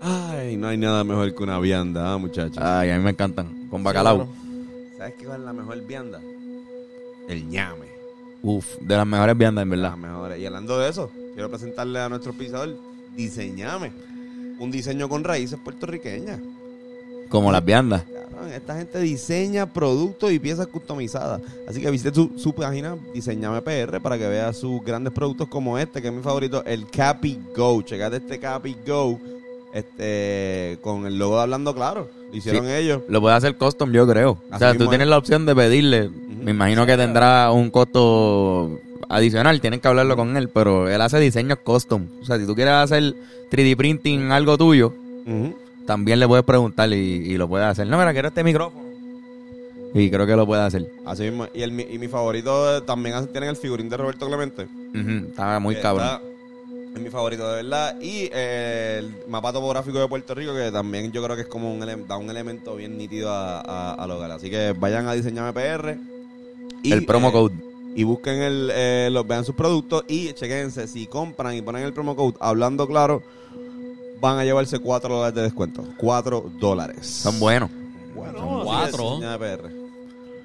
Ay, no hay nada mejor que una vianda, ¿ah, muchachos. Ay, a mí me encantan. Con bacalao. ¿Sabes qué es la mejor vianda? El ñame. Uf, de las mejores viandas, en verdad. Las mejores. Y hablando de eso, quiero presentarle a nuestro pisador Diseñame. Un diseño con raíces puertorriqueñas. Como las viandas. Cabrón, Esta gente diseña productos y piezas customizadas. Así que visite su, su página Diseñame PR para que vea sus grandes productos como este, que es mi favorito, el Capi Go. Checate este Capi Go este, con el logo de Hablando Claro. Lo hicieron Sí. ellos. Lo puedes hacer custom, yo creo. o Así sea, mismo tú es. tienes la opción de pedirle. Me imagino que tendrá un costo adicional. Tienen que hablarlo con él, pero él hace diseños custom. O sea, si tú quieres hacer 3D printing algo tuyo, Ujú. también le puedes preguntar y, y lo puedes hacer. No, mira, quiero este micrófono. Y creo que lo puede hacer. Así mismo. Y, el, mi- y mi favorito eh, también hace- tienen el figurín de Roberto Clemente. Ujú, Está muy que cabrón. está- Es mi favorito, de verdad. Y eh, el mapa topográfico de Puerto Rico, que también yo creo que es como un ele- da un elemento bien nítido a, a, al hogar. Así que vayan a diseñarme PR. y, el promo eh, code. y busquen el, eh, los, vean sus productos y chequense. Si compran y ponen el promo code hablando claro, van a llevarse 4 dólares de descuento. 4 dólares. Son buenos. No, Cuatro. sí, Diseñame PR.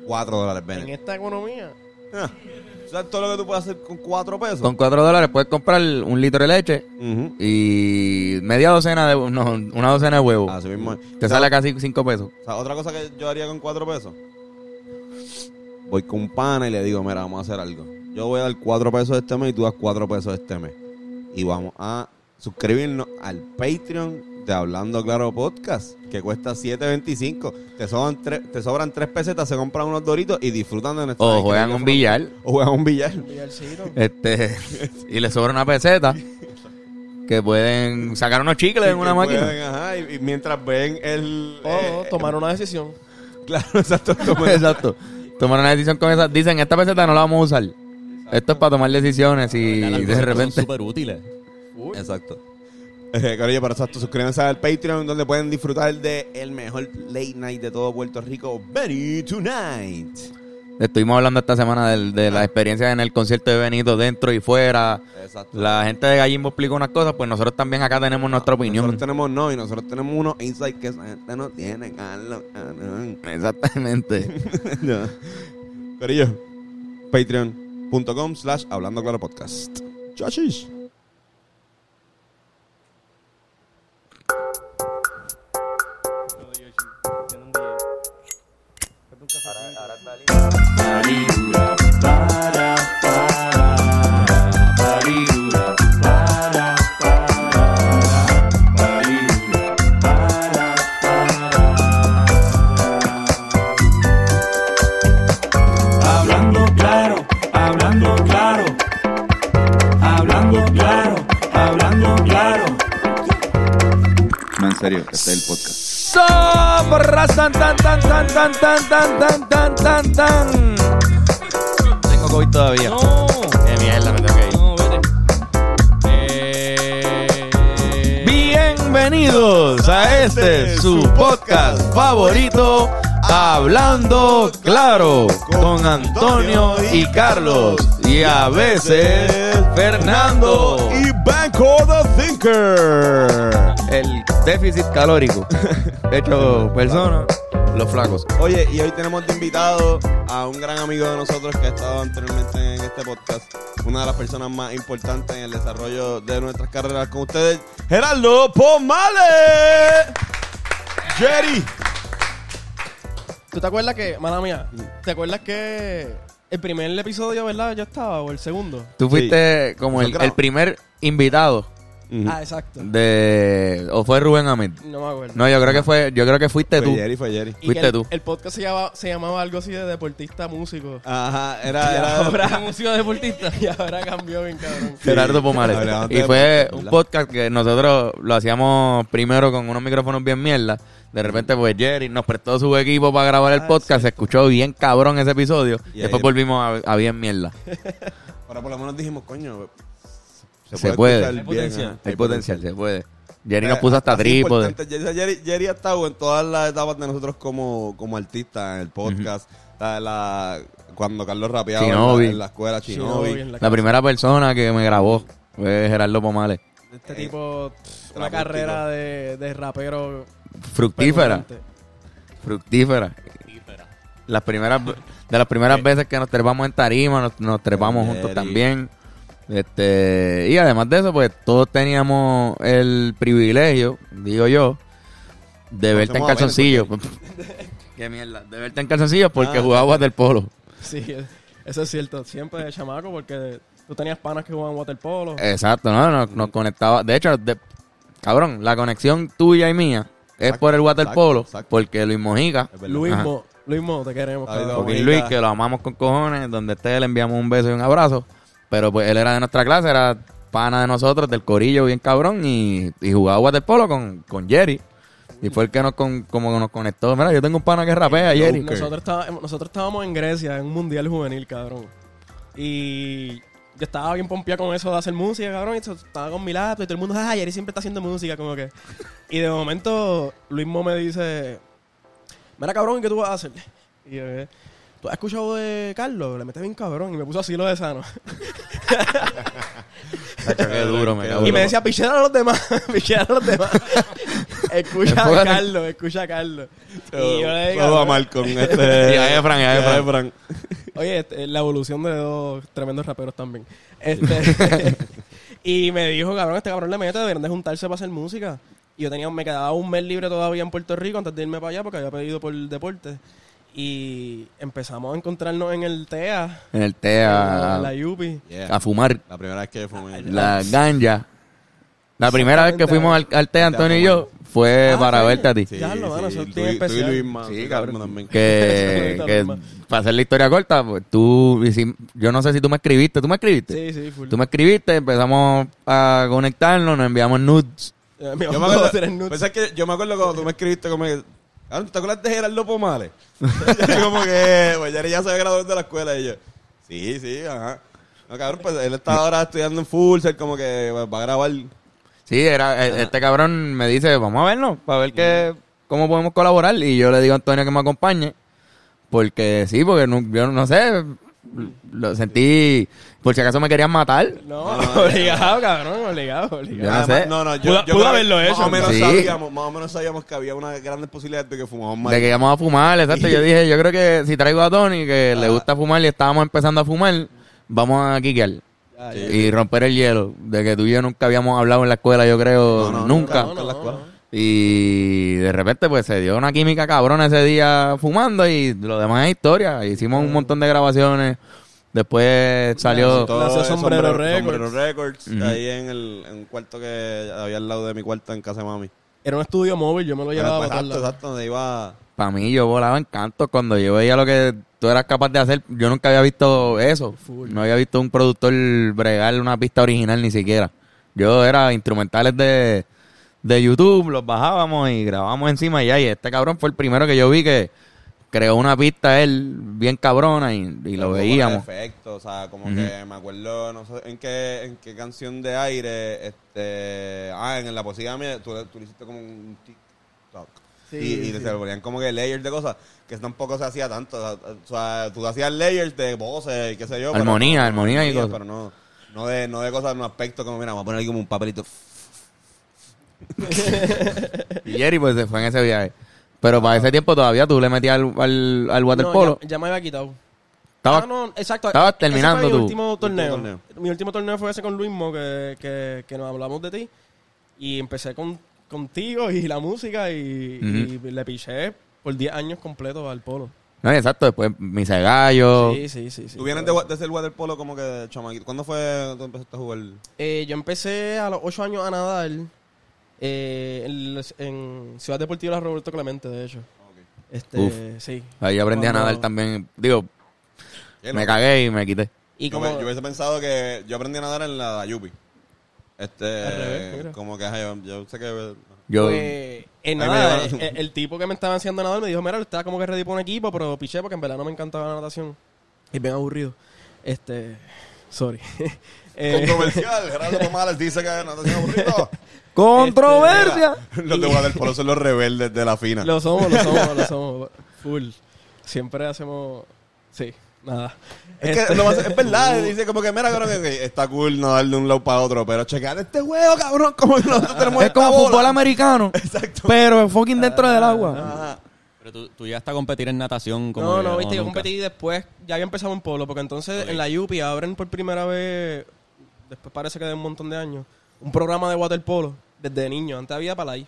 4 dólares, En ven. esta economía. ¿Sabes todo lo que tú puedes hacer con 4 pesos? Con 4 dólares puedes comprar un litro de leche Ujú. y media docena de... No, una docena de huevos. Así mismo. es. Te sale casi 5 pesos. O sea, otra cosa que yo haría con cuatro pesos. Voy con un pana y le digo, mira, vamos a hacer algo. Yo voy a dar cuatro pesos este mes y tú das cuatro pesos este mes. Y vamos a suscribirnos al Patreon de Hablando Claro Podcast, que cuesta 7.25. Te sobran tres, te sobran tres pesetas, se compran unos doritos y disfrutan de nuestra O juegan un billar. O juegan un billar. Villarcito. Este, y le sobra una peseta que pueden sacar unos chicles en una Y máquina. pueden, ajá, y, y mientras ven el O eh, Oh, tomar una decisión. Claro, exacto. como- Exacto. Tomar una decisión con esa. Dicen, esta peseta no la vamos a usar. Esto es para tomar decisiones Ah, y Las de cosas Son repente. súper útiles. Exacto. Eh, Corillo, pero exacto, suscríbanse al Patreon donde pueden disfrutar de el mejor late night de todo Puerto Rico, Very Tonight. Estuvimos hablando esta semana del- de, las experiencias en el concierto de Benito dentro y fuera. Exacto. La gente de Gallimbo explicó unas cosas, pues nosotros también acá tenemos nuestra opinión. Nosotros tenemos no y nosotros tenemos unos insights que esa gente no tiene, Carlos. cabrón. Exactamente. No. Corillo, patreon.com slash hablando claro podcast. Chachis. Hablando claro, hablando claro. Hablando claro, hablando claro. No, en serio, este es el podcast. Soporra, tan, tan, tan, tan, tan, tan, tan, tan, tan, tan, tan. Tengo COVID todavía. No, Qué mierda, me tengo que ir. no, vete. Eh, Bienvenidos a este su podcast favorito, Hablando Claro, con Antonio y Carlos. Y a veces, Fernando. Y Banco the Thinker. El déficit calórico. De hecho, personas, los flacos. Oye, y hoy tenemos de invitado a un gran amigo de nosotros que ha estado anteriormente en este podcast, una de las personas más importantes en el desarrollo de nuestras carreras con ustedes, Gerardo Pomale. Jerry. ¿Tú te acuerdas que, mala mía, Mm. te acuerdas que el primer episodio, ¿verdad? Yo estaba, o el segundo. Tú fuiste como el, el primer invitado Mm. Ah, exacto. de. ¿O fue Rubén Amit? No me acuerdo. No, yo creo que fue, yo creo que fuiste Fue tú. Jerry, fue Jerry. Y que fuiste el, tú. El podcast se llamaba, se llamaba algo así de deportista músico. Ah, Ajá, Y era, era ahora músico deportista y ahora cambió bien cabrón. Gerardo Hablamos Pomales. de Y fue deporte, un ¿verdad? podcast que nosotros lo hacíamos primero con unos micrófonos bien mierda. De repente, pues Jerry nos prestó su equipo para grabar el podcast. Se escuchó bien cabrón ese episodio. Ah, Y ahí- Después volvimos a, a bien mierda. Ahora por lo menos dijimos, coño, Se puede. escuchar Hay bien, potencial. ajá. Hay potencial, se puede. Jerry nos Eh, puso hasta así trípode. importante. Jerry, Jerry- Jerry ha estado en todas las etapas de nosotros como, como artistas, en el podcast, la- la- cuando Carlos rapeaba en la- Shinobi. En, la, escuela, Shinobi. en Eh, La primera persona que me grabó fue Gerardo Pomales. Este tipo pff, Eh, Una carrera de, de rapero. Fructífera. perdurante. Fructífera. Las primeras, de las primeras veces que nos trepamos en tarima, nos, nos trepamos juntos Eri. también. Este, y además de eso, pues todos teníamos el privilegio, digo yo, de verte en vamos a ver, calzoncillos. Qué mierda, de verte en calzoncillos porque Ah. jugabas del polo. Sí, eso es cierto. Siempre de chamaco, porque tú tenías panas que jugaban waterpolo. Exacto, no, nos, nos conectaba. De hecho, de- cabrón, la conexión tuya y mía es Exacto, por el waterpolo, exacto, exacto. porque Luis Mojica, Es verdad. Luis Ajá. Mo, Luis Mo, te queremos. Ahí cabrón. vamos. porque Mojica. Luis, que lo amamos con cojones, donde esté le enviamos un beso y un abrazo, pero pues él era de nuestra clase, era pana de nosotros, del corillo bien cabrón, y, y jugaba waterpolo con, con Jerry. Y fue el que nos, con, como que nos conectó. Mira, yo tengo un pana que rapea, Jerry. Nosotros, estábamos, nosotros estábamos en Grecia, en un mundial juvenil, cabrón. Y yo estaba bien pompeado con eso de hacer música, cabrón. Y so- estaba con mi laptop y todo el mundo, ay, Jerry siempre está haciendo música, como que. Y de momento, Luis Mo me dice, mira, cabrón, ¿y qué tú vas a hacer? Y yo, "¿Qué? ¿tú has escuchado de Carlos? Le metes bien cabrón. Y me puso así lo de sano. Tacho, qué duro, me Qué duro. cago en Y me la- decía, pichera a los demás, pichera a los demás. escucha a Enfócate. Carlos, escucha a Carlos. Y yo le digo, Todo a mal con este. Y ahí Efran, y ahí Y ahí Efran. Efran. Oye, este, la evolución de dos tremendos raperos también. Este, y me dijo, cabrón, este cabrón le mete, deberían de juntarse para hacer música. Y yo tenía, me quedaba un mes libre todavía en Puerto Rico antes de irme para allá porque había pedido por deporte. Y empezamos a encontrarnos en el TEA, En el té Ah. en la a, Yupi. Yeah. a fumar. La primera vez que fumé. La ganja. La primera vez que fuimos al, al té, Antonio y yo, fue Ah, para sí. verte a ti. Sí, Ya lo van a sí, hacer tú bien y- tú y especial. Luis más. Sí, tú y cabrón. también. Que, Eso que es verdad. para hacer la historia corta, pues, tú, hicim- yo no sé si tú me escribiste, tú me escribiste. Sí, sí, full. Tú me escribiste, empezamos a conectarnos, nos enviamos nudes. Eh, mi Yo me mamá acuerdo, va a hacer el nude. pues, es que yo me acuerdo cuando tú me escribiste como que, "Cabrón, ¿te acuerdas de Gerardo Pomales? Yo como que, pues ya, ya se había graduado de la escuela y yo, sí, sí, ajá. No, cabrón, pues él está ahora estudiando en full, ser como que pues, va a grabar. Sí, era, e- este cabrón me dice, vamos a vernos, para ver qué, cómo podemos colaborar. Y yo le digo a Antonio que me acompañe, porque sí, porque no- yo no sé, lo sentí, por si acaso me querían matar. No, obligado, cabrón, obligado, obligado. Ya sé. No, no, yo, Pudo- yo pudo creo que haberlo Más hecho, o menos ¿no? Sí. sabíamos, más o menos sabíamos que había una gran posibilidad de que fumamos más. De que íbamos a fumar, exacto. Yo dije, yo creo que si traigo a Tony, que le gusta fumar y estábamos empezando a fumar, vamos a kickear. Ah, ya. Y romper el hielo. De que tú y yo nunca habíamos hablado en la escuela, yo creo, No, no, nunca. no, no, en la no, escuela. no. Y de repente, pues se dio una química cabrona ese día fumando y lo demás es historia. Hicimos un montón de grabaciones. Después salió. Todo Gracias, es Sombrero Records. Sombrero Records, Ujú. ahí en, el, en un cuarto que había al lado de mi cuarto en casa de mami. Era un estudio móvil, yo me lo llevaba Bueno, a exacto, botarla. exacto, donde iba... Para mí, yo volaba en canto cuando yo veía lo que tú eras capaz de hacer. Yo nunca había visto eso. Full. No había visto un productor bregar una pista original ni siquiera. Yo era instrumentales de, de YouTube, los bajábamos y grabábamos encima y ya. Y este cabrón fue el primero que yo vi que creó una pista él bien cabrona y, y lo Como veíamos. Perfecto, o sea, como que me acuerdo, no sé en qué, en qué canción de aire, este, ah, en la poesía mía, tú, tú le hiciste como un TikTok. Sí, y y sí. se le ponían como que layers de cosas que tampoco se hacía tanto. O sea, o sea, tú hacías layers de voces y qué sé yo. pero Armonía, armonía y cosas. Pero no, no de, no de cosas, no aspectos como, mira, vamos a poner aquí como un papelito. Y Jerry pues se fue en ese viaje. Pero para ese tiempo todavía tú le metías al, al, al No, waterpolo. ya, ya me había quitado. Estaba- Ah, no, exacto. estabas Ese fue terminando mi tú. último torneo. torneo. Mi último torneo fue ese con Luis Mo, que, que, que nos hablamos de ti. Y empecé con, contigo y la música y, y le piché por 10 años completo al polo. no, exacto. Después Misa de Gallo. Sí, sí, sí. sí. tú vienes de, wa- de ser waterpolo como que chamaquito. ¿Cuándo fue tú empezaste a jugar? Eh, yo empecé a los 8 años a nadar eh, en, los- en Ciudad Deportiva Roberto Clemente, de hecho. Este, Uf. sí. Ahí aprendí a Cuando- nadar también. Digo, ¿Qué, me no? cagué y me quité. Y yo, como, pe- yo hubiese pensado que yo aprendí a nadar en la Yupi. Al revés, Este, mira. como que ajá, yo, yo sé que Yo, Pues, eh, me nada, llevaron. eh, el, tipo que me estaba enseñando a nadar me dijo, mira, él estaba como que ready para un equipo, pero piché porque en verdad no me encantaba la natación. Es bien aburrido. Este, sorry. Eh, Controversial, Gerardo Tomales dice que no te aburrido. ¡Controversia! este, Los de Waterpolo son los rebeldes de la fina. lo somos, lo somos, lo somos. Full. Siempre hacemos... Sí. Nada. Es, que Este- lo más- es verdad, dice como que mira, cabrón, que- que está cool no darle un lado para otro, pero checar este juego, cabrón, como nosotros tenemos Es como esta bola. fútbol americano. Exacto. Pero fucking dentro del agua. Ajá. Pero tú, tú ya hasta a competir en natación. Como No, que- no, viste, yo nunca. competí después, ya había empezado en polo, porque entonces en la Yupi abren por primera vez, después parece que de un montón de años, un programa de waterpolo desde niño. Antes había para ahí,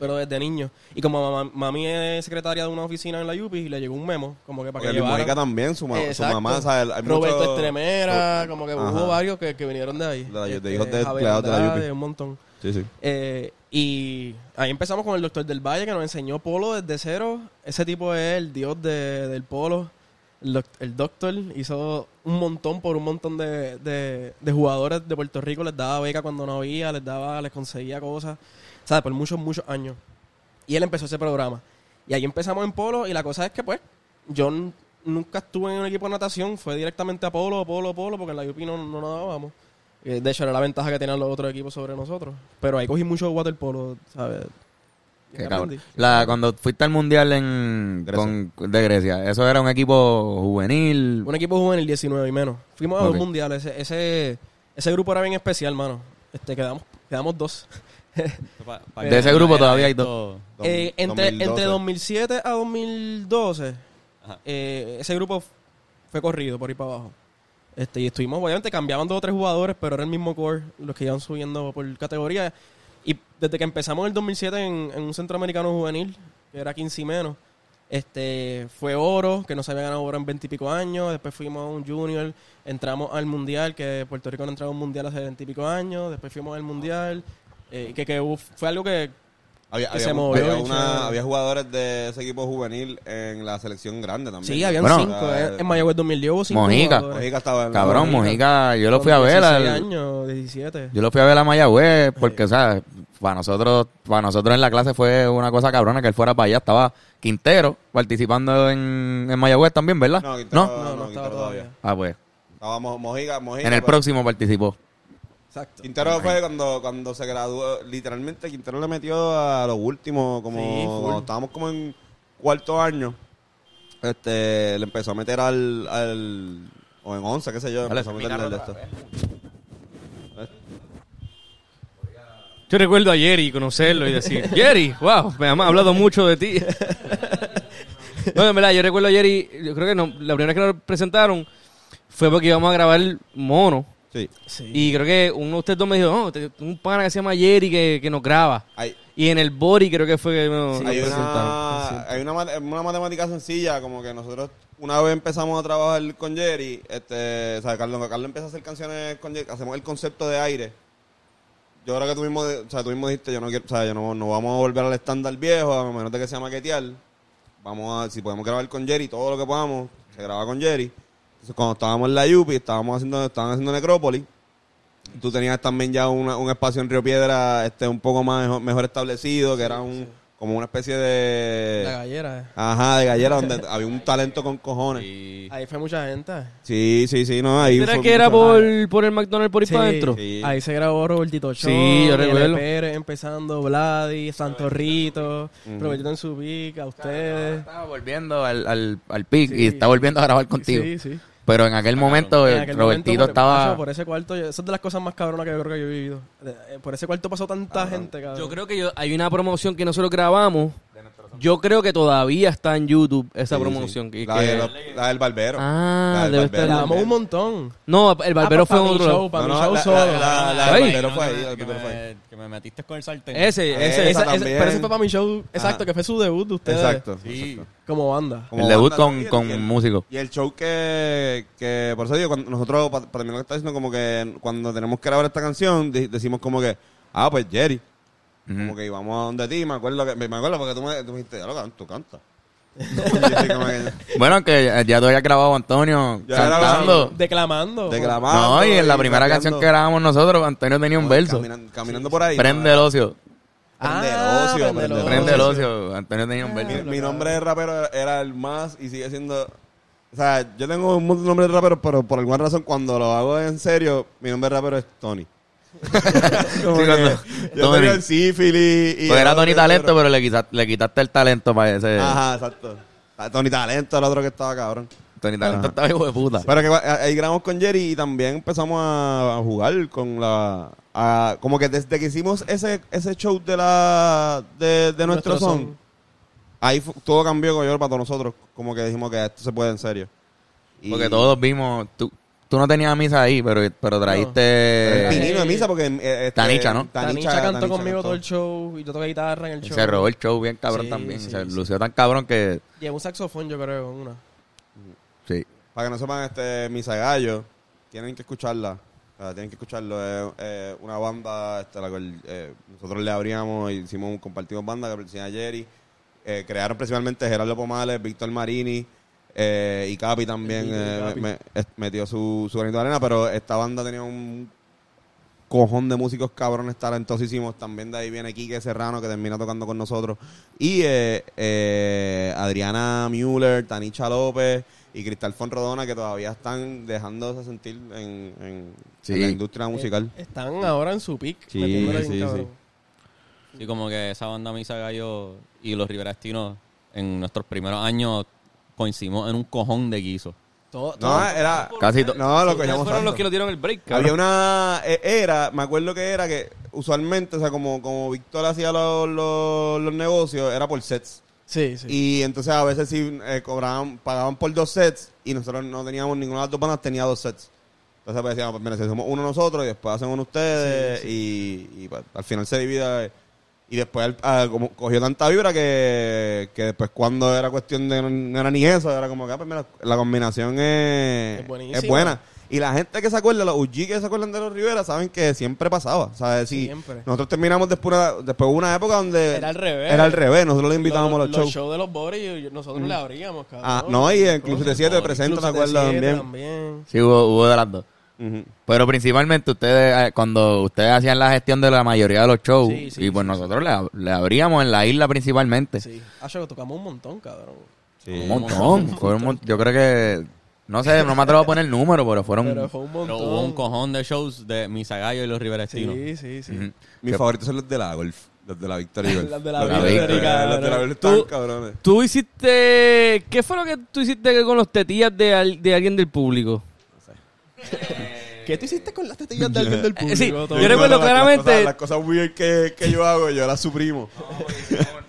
pero desde niño. Y como mamá- mami es secretaria de una oficina en la Yupi, le llegó un memo, como que para Porque que Luis llevaran. Mojica también, su, ma- su Exacto. mamá, ¿sabes? Hay Roberto mucho- Estremera, como que Ajá. hubo varios que, que vinieron de ahí. De la- de Este, hijos de Javier empleados de la Andrade, Yupi. Un montón. Sí, sí. Eh, y ahí empezamos con el doctor del Valle que nos enseñó polo desde cero. Ese tipo es el dios de- del polo. El, doc- el doctor hizo un montón por un montón de, de- de jugadores de Puerto Rico. Les daba beca cuando no había, les daba, les conseguía cosas. ¿Sabes? Por muchos, muchos años. Y él empezó ese programa. Y ahí empezamos en polo. Y la cosa es que, pues, yo n- nunca estuve en un equipo de natación. Fue directamente a polo, polo, polo, porque en la UP no, no nadábamos. Eh, De hecho, era la ventaja que tenían los otros equipos sobre nosotros. Pero ahí cogí mucho waterpolo, ¿sabes? Y Qué aprendí. cabrón. La, cuando fuiste al mundial en Grecia. con- de Grecia, eso era un equipo juvenil. Un equipo juvenil 19 y menos. Fuimos a Ok. dos mundiales. Ese, ese, ese grupo era bien especial, mano. Este, quedamos, quedamos dos. Pa- pa- De ese grupo todavía hay esto- Eh, entre, 2012. entre 2007 a 2012, Ajá. eh, ese grupo f- fue corrido por ahí para abajo. Este, y estuvimos, obviamente, cambiaban dos o tres jugadores, pero era el mismo core, los que iban subiendo por categoría. Y desde que empezamos en el 2007 en, en un centroamericano juvenil, que era 15 y menos, este, fue oro, que no se había ganado oro en 20 y pico años. Después fuimos a un junior, entramos al mundial, que Puerto Rico no entraba a un mundial hace 20 y pico años. Después fuimos al mundial, eh, que, que hubo- fue algo que Había, Que había, se un- movió había bien una- chévere. había jugadores de ese equipo juvenil en la selección grande también. Sí, habían Bueno, cinco. eh. En Mayagüez 2010 hubo cinco. Mojica. jugadores. Mojica estaba en- Cabrón, Mojica, yo lo Con fui a ver. 16 al- años, 17. Yo lo fui a ver a Mayagüez porque, o sea, para nosotros, para nosotros en la clase fue una cosa cabrona que él fuera para allá. Estaba Quintero participando en, en Mayagüez también, ¿verdad? No, Quintero- ¿No? No, No, no, no, estaba Quintero todavía. todavía. Ah, pues. Estábamos Mojica, Mojica. En el pero- próximo participó. Exacto. Quintero fue cuando, cuando se graduó, literalmente Quintero le metió a los últimos, como Sí, full. cuando estábamos como en cuarto año, este, le empezó a meter al, al o en once, qué sé yo, Dale, empezó a meterle al de esto. Yo recuerdo a Jerry conocerlo y decir, Jerry, wow, me han hablado mucho de ti. no, en verdad, yo recuerdo a Jerry, yo creo que no, la primera vez que nos presentaron fue porque íbamos a grabar Mono. Sí. Sí. Y creo que uno de ustedes dos me dijo, no, te- un pana que se llama Jerry que, que nos graba. Hay, Y en el Body creo que fue que nos nos hay presentaron. una, hay una, mate- una matemática sencilla, como que nosotros una vez empezamos a trabajar con Jerry, este, o sea, Carlos, Carlos empieza a hacer canciones con Jerry, hacemos el concepto de aire. Yo creo que tú mismo, de- o sea, tú mismo dijiste, yo no quiero, o sea, yo no, no vamos a volver al estándar viejo, a menos de que sea maquetear. Vamos a, si podemos grabar con Jerry, todo lo que podamos, se graba con Jerry. Entonces, cuando estábamos en la Yupi, estábamos haciendo, estaban haciendo Necrópolis. Tú tenías también ya una- un espacio en Río Piedra, este, un poco más mejor, mejor establecido, que era un, como una especie de. La gallera. eh. Ajá, de gallera, donde había un talento con cojones. Y- Ahí fue mucha gente. Sí, sí, sí, no, ahí ¿Era fue que era mucho- por, por el McDonald's por ir para adentro? Sí. Ahí se grabó Robertito Chon, Sí, yo Nene recuerdo. Pérez empezando, Vladi, Santorrito, Robertito en su pica, ustedes. Estaba volviendo al, al, al pic y Sí. está volviendo a grabar contigo. Sí, sí. Pero en aquel momento, En el aquel Robertito momento, por- estaba. macho, Por ese cuarto, yo- eso es de las cosas más cabronas que yo creo que yo he vivido. Eh, Por ese cuarto pasó tanta gente, cabrón. Yo creo que yo- hay una promoción que nosotros grabamos. Yo creo que todavía está en YouTube esa Sí, sí. promoción. que- La, que- de los- la del barbero. Ah, la debe estar- que. barbero. La amamos un montón. No, el barbero Ah, pa- fue pa' mi otro. lado. show, pa' No, mi no, show la- solo. la- la- la- Ay. el barbero fue ahí, el que, barbero fue ahí. me, que me metiste con el sartén. Ese, Esa ese, ese- Esa- ese- también. pero ese fue para mi show, exacto, que fue su debut de ustedes. Exacto. Sí. exacto. Como banda. Como el debut banda con, también, y con el- músicos. Y el show que, que por eso digo, cuando nosotros, para, para terminar lo que está diciendo, como que cuando tenemos que grabar esta canción, de- decimos como que, ah, pues Jerry. Como que íbamos a donde ti, me acuerdo que, me me acuerdo porque tú me, tú me dijiste, ya lo canto, canta. Y yo así como que- Bueno, que ya, ya tú habías grabado a Antonio Ya cantando. grabamos. Declamando. Declamando No, y en la primera rapeando. canción que grabamos nosotros, Antonio tenía un verso. Caminando, caminando por ahí. Prende el ocio. Prende Ah, el ocio, prende el prende el Prende el ocio. ocio. Antonio tenía Ah, un verso. Mi, mi nombre de rapero era el más y sigue siendo. O sea, yo tengo un montón de nombres de rapero, pero por alguna razón cuando lo hago en serio, mi nombre de rapero es Tony. Como Sí, que cuando- yo Tony. tenía el sífilis. Y Pues el era otro Tony que- Talento, pues. pero le, quita- le quitaste el talento para ese. Ajá, exacto. Ah, Tony Talento, el otro que estaba cabrón. Tony Talento Ajá. estaba hijo de puta. Pero que va- ahí grabamos con Jerry y también empezamos a, a jugar con la... a- como que desde que hicimos ese, ese show de la de, de nuestro, Nuestro son, son. ahí fu- todo cambió con para todos nosotros. Como que dijimos que esto se puede en serio. Y- Porque todos vimos. Tú, tú no tenías misa ahí, pero, pero El trajiste. pinino de misa porque... eh, este, Tanicha, ¿no? Tanicha cantó Tanicha conmigo todo el show y yo toqué guitarra en el Y show. se robó el show bien cabrón Sí, también. sí, se sí. lució tan cabrón que. Llevó un saxofón, yo creo, en una. Sí. Para que no sepan, este Misa Gallo, tienen que escucharla. O sea, tienen que escucharlo. Es es una banda, este, la cual, eh, nosotros le abríamos y hicimos un compartimos banda que pertenecía a Jerry. Eh, crearon principalmente Gerardo Pomales, Víctor Marini eh, y Capi también eh, me- me- metió su, su granito de arena, pero esta banda tenía un cojón de músicos cabrones talentosísimos. También de ahí viene Quique Serrano, que termina tocando con nosotros. Y eh, eh, Adriana Müller, Tanicha López y Cristal Fonrodona, que todavía están dejándose sentir en, en- Sí. en la industria musical. Eh, Están ahora en su pick. Sí, metiéndole sí, bien, cabrón. Sí, como que esa banda Misa Gallo y los Riverestinos en nuestros primeros años coincidimos en un cojón de guiso. Todo, todo- No, eh, era... Casi to- No, lo Ustedes cogíamos fueron los tanto. que nos dieron el break, Había cabrón. una eh, era, me acuerdo que era que usualmente, o sea, como, como Víctor hacía los, los, los negocios, era por sets. Sí, sí. Y entonces a veces sí eh, cobraban, pagaban por dos sets y nosotros no teníamos ninguna de las dos bandas, tenía dos sets. Entonces pues, decíamos, pues mira, si hacemos uno nosotros y después hacen uno ustedes y, y, pues, al final se divida. eh, Y después al- ah, como cogió tanta vibra que, que después cuando era cuestión de no, no era ni eso, era como que ah, pues mira, la combinación es, Es buenísima. es buena. Y la gente que se acuerda, los UG que se acuerdan de los Rivera, saben que siempre pasaba. O sea, si Siempre. nosotros terminamos después, una- después de una época donde... Era al revés. Era al revés, nosotros le invitábamos a los, shows. de los Boris y yo- nosotros le abríamos, cabrón. Ah, no, y en Club 77 Boris, presenta, Club ¿te acuerdas 77 también? también. Sí, hubo, hubo de las dos. Ujú. Pero principalmente ustedes, eh, cuando ustedes hacían la gestión de la mayoría de los shows, Sí, sí, y pues nosotros le, ab- le abríamos en la isla principalmente. Sí. Ah, yo tocamos un montón, cabrón. Un montón. fue un mon- Yo creo que, no sé, no me atrevo a poner el número, pero fueron... Pero fue un Pero montón. hubo un cojón de shows de Misa Gallo y los Riverestinos. Sí, sí, sí. Ujú. Mis favoritos son los de la golf. Los de la victoria golf. Los de la Los Victory, Los de la cabrón. golf están Tú- cabrones. Tú hiciste... ¿Qué fue lo que tú hiciste con los tetillas de, al- de alguien del público? ¿Qué tú hiciste con las tetillas de alguien del público? sí, Todo? yo recuerdo Las- las claramente- cosas- Las cosas, weird que, que yo hago, yo las suprimo.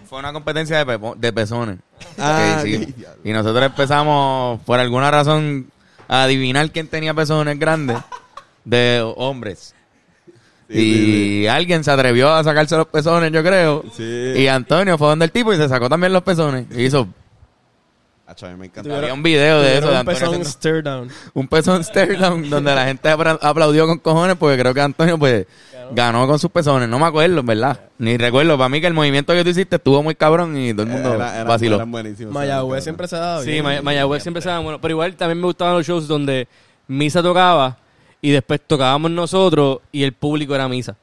Fue una competencia de, pepo- de pezones. Ah, Que sí. qué diablo. Y nosotros empezamos, por alguna razón, a adivinar quién tenía pezones grandes de hombres. Sí, y sí, alguien se atrevió a sacarse los pezones, yo creo. Sí. Y Antonio fue donde el tipo y se sacó también los pezones. Y hizo, Acho, a mí me encanta. Tuvieron- había un video de eso de Tuvieron un Antonio pezón haciendo- stir down. un pezón stare down donde la gente apra- aplaudió con cojones porque creo que Antonio pues ganó con sus pezones. No me acuerdo, en ¿verdad? Ni recuerdo. Para mí que el movimiento que tú hiciste estuvo muy cabrón y todo el mundo Era- eran- vaciló. eran buenísimos. Mayagüez Eran siempre se ha dado Sí, Ah, bien. May- Mayagüez siempre estaba bueno. Pero igual también me gustaban los shows donde Misa tocaba y después tocábamos nosotros y el público era Misa.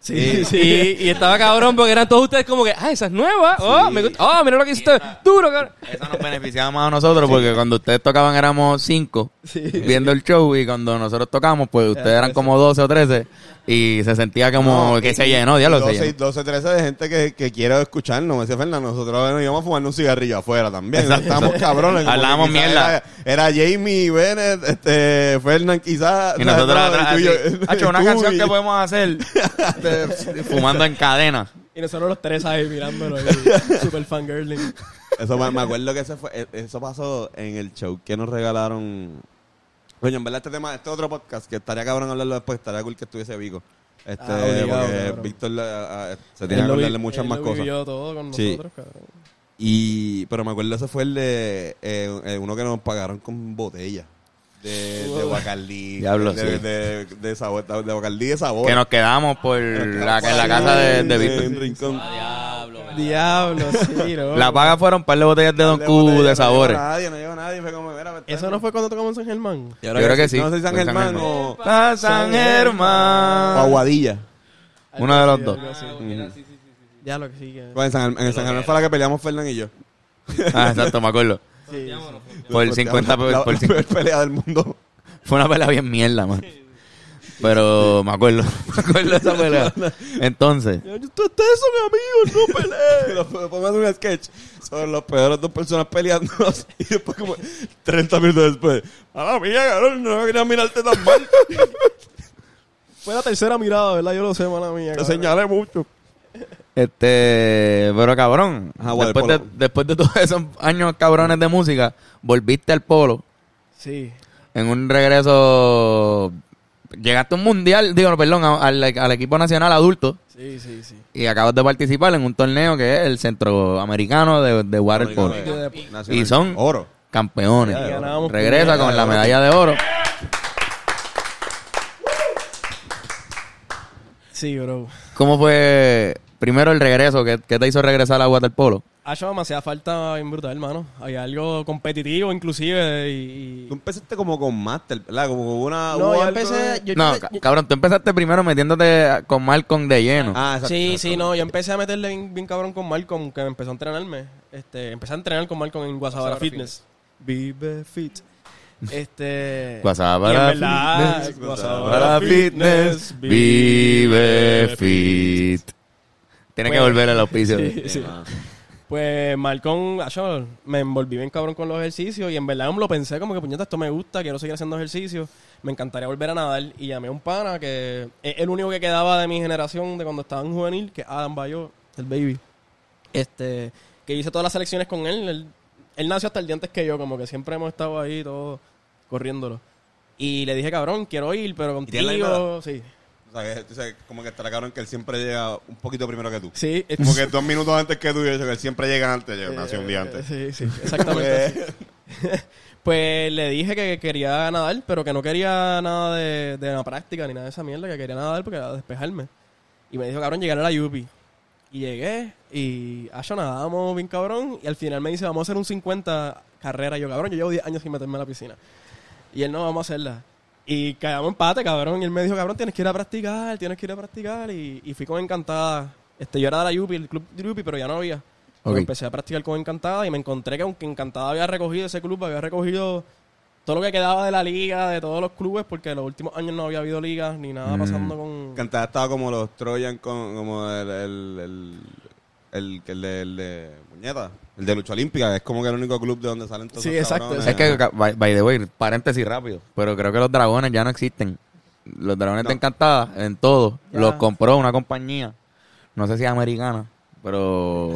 Sí, sí. Y, y estaba cabrón porque eran todos ustedes como que, ah, esa es nueva. Oh, me gusta. Oh, mira lo que hiciste. Duro, cabrón. Eso nos beneficiaba más a nosotros porque cuando ustedes tocaban éramos cinco Sí. viendo el show y cuando nosotros tocamos pues ustedes eran como 12 o 13 y se sentía como No, que y- se y- llenó, y diablo, se 12, llenó. 12, 13 de gente que, que quiere escucharnos. Me decía Fernando, nosotros nos íbamos a fumar un cigarrillo afuera también. Estábamos cabrones. como que Hablábamos quizás mierda. Era, era Jamie, Bennett, este, Fernan quizás. Y nosotros No, atrás, tú y yo- así, "Hacho, una tú canción y- que podemos hacer este, fumando en cadena. Y nosotros los tres ahí mirándolo. ahí, Super fangirling. Eso me, me acuerdo que ese fue, eh, eso pasó en el show que nos regalaron. Coño, en verdad este tema, este otro podcast, que estaría cabrón hablarlo después, estaría cool que estuviese Vico. Este, Ah, obligado, porque cabrón. Víctor eh, eh, se Él tiene que lo vi- hablarle muchas él más lo cosas. vivió todo con Sí. nosotros, cabrón. Y, pero me acuerdo ese fue el de eh, eh, uno que nos pagaron con botella. De, de Bacardí. Diablo, de, sí. de, de sabor, de Bacardí de sabor. Que nos quedamos por la, en la casa de, de Víctor. En Rincón. Diablo, sí, no. La paga fueron un par de botellas de Don De Q botella, de sabores. No llegó nadie, no llegó nadie. Fue como, mira, Eso no fue cuando tocamos en San Germán. Yo creo que sí. No sé si San Fue San Germán Germán. o, o Ah, San Ah. Germán. Aguadilla. Uno de los dos. Algo así. Ya lo que sí que. Pues en San, en San Germán fue la que peleamos Fernán y yo. Ah, exacto, me acuerdo. Sí, Por 50 La- pe- la por peor pelea del mundo. Fue una pelea bien mierda, man. Pero me acuerdo, me acuerdo de esa pelea. Entonces, Ustedes son amigos, no peleen. Después me hacen un sketch sobre los peores dos personas peleándose y después como 30 minutos después. A la mía, cabrón, no quería mirarte tan mal. Fue la tercera mirada, ¿verdad? Yo lo sé, mala mía. Te cabrón. señalé mucho. este, pero cabrón, Ajá, bueno, después, el de, polo. después de todos esos años cabrones de música, volviste al polo Sí. en un regreso. Llegaste a un mundial, digo, no, perdón, a- al, al equipo nacional adulto Sí, sí, sí. y acabas de participar en un torneo que es el centroamericano de, de waterpolo. Y son- Oro. Campeones. Ya, ganábamos Regresa primera, con la ya, medalla de oro. Sí, bro. ¿Cómo fue primero el regreso? ¿Qué, qué te hizo regresar a waterpolo? Ha hecho demasiada falta bien brutal, hermano. Hay algo competitivo, inclusive, y... Tú empezaste como con Master, ¿verdad? Como con una. y- hubo No, yo algo empecé... de- yo- No, yo- ca- cabrón, tú empezaste primero metiéndote con Malcolm de lleno. Ah, exacto. Sí, sí, no, yo empecé a meterle bien, bien cabrón con Malcolm, que empezó a entrenarme. Este, empecé a entrenar con Malcolm en Guasabara Fitness. Vive Fit. Este. Guasabara y en verdad, Fitness, Guasabara Ah, Fitness. vive fit. Tiene que Bueno. volver al auspicio. Sí, sí. Pues Malcolm, acho, me envolví bien cabrón con los ejercicios y en verdad lo pensé como que puñeta, esto me gusta, quiero seguir haciendo ejercicios, me encantaría volver a nadar y llamé a un pana que es el único que quedaba de mi generación de cuando estaba en juvenil, que es Adam Bayo, el baby. Este, que hice todas las selecciones con él, él, él nació hasta el día antes que yo, como que siempre hemos estado ahí todos corriéndolo. Y le dije, cabrón, quiero ir, pero tiene la contigo, sí. O sea, que, tú sabes, como que estará cabrón que él siempre llega un poquito primero que tú. Sí, es- Como que dos minutos antes que tú y eso, que él siempre llega antes. Yo nací un día antes. eh, Eh. Sí, sí, exactamente. así. Pues le dije que quería nadar, pero que no quería nada de, de la práctica ni nada de esa mierda, que quería nadar porque era despejarme. Y me dijo, cabrón, llegar a la Yupi. Y llegué y allá nadábamos bien cabrón. Y al final me dice, vamos a hacer un 50 carrera. Y yo, cabrón, yo llevo 10 años sin meterme a la piscina. Y él, no, vamos a hacerla. Y quedamos empate, cabrón. Y él me dijo, cabrón, tienes que ir a practicar, tienes que ir a practicar. Y, y fui con Encantada. Este, yo era de la Yupi, el club de Yupi, pero ya no había. Pues Ok. Empecé a practicar con Encantada y me encontré que aunque Encantada había recogido ese club, había recogido todo lo que quedaba de la liga, de todos los clubes, porque en los últimos años no había habido ligas ni nada pasando con... Cantada estaba como los Trojan, con, como el. el, el el, el de, el de Muñeta, el de Lucha Olímpica, es como que el único club de donde salen todos Sí, esos exacto, cabrones. Es que, ca- by, by the way, paréntesis rápido, pero creo que los dragones ya no existen. Los dragones No. de Encantada, en todo. Ya. Los compró una compañía, no sé si es americana, pero...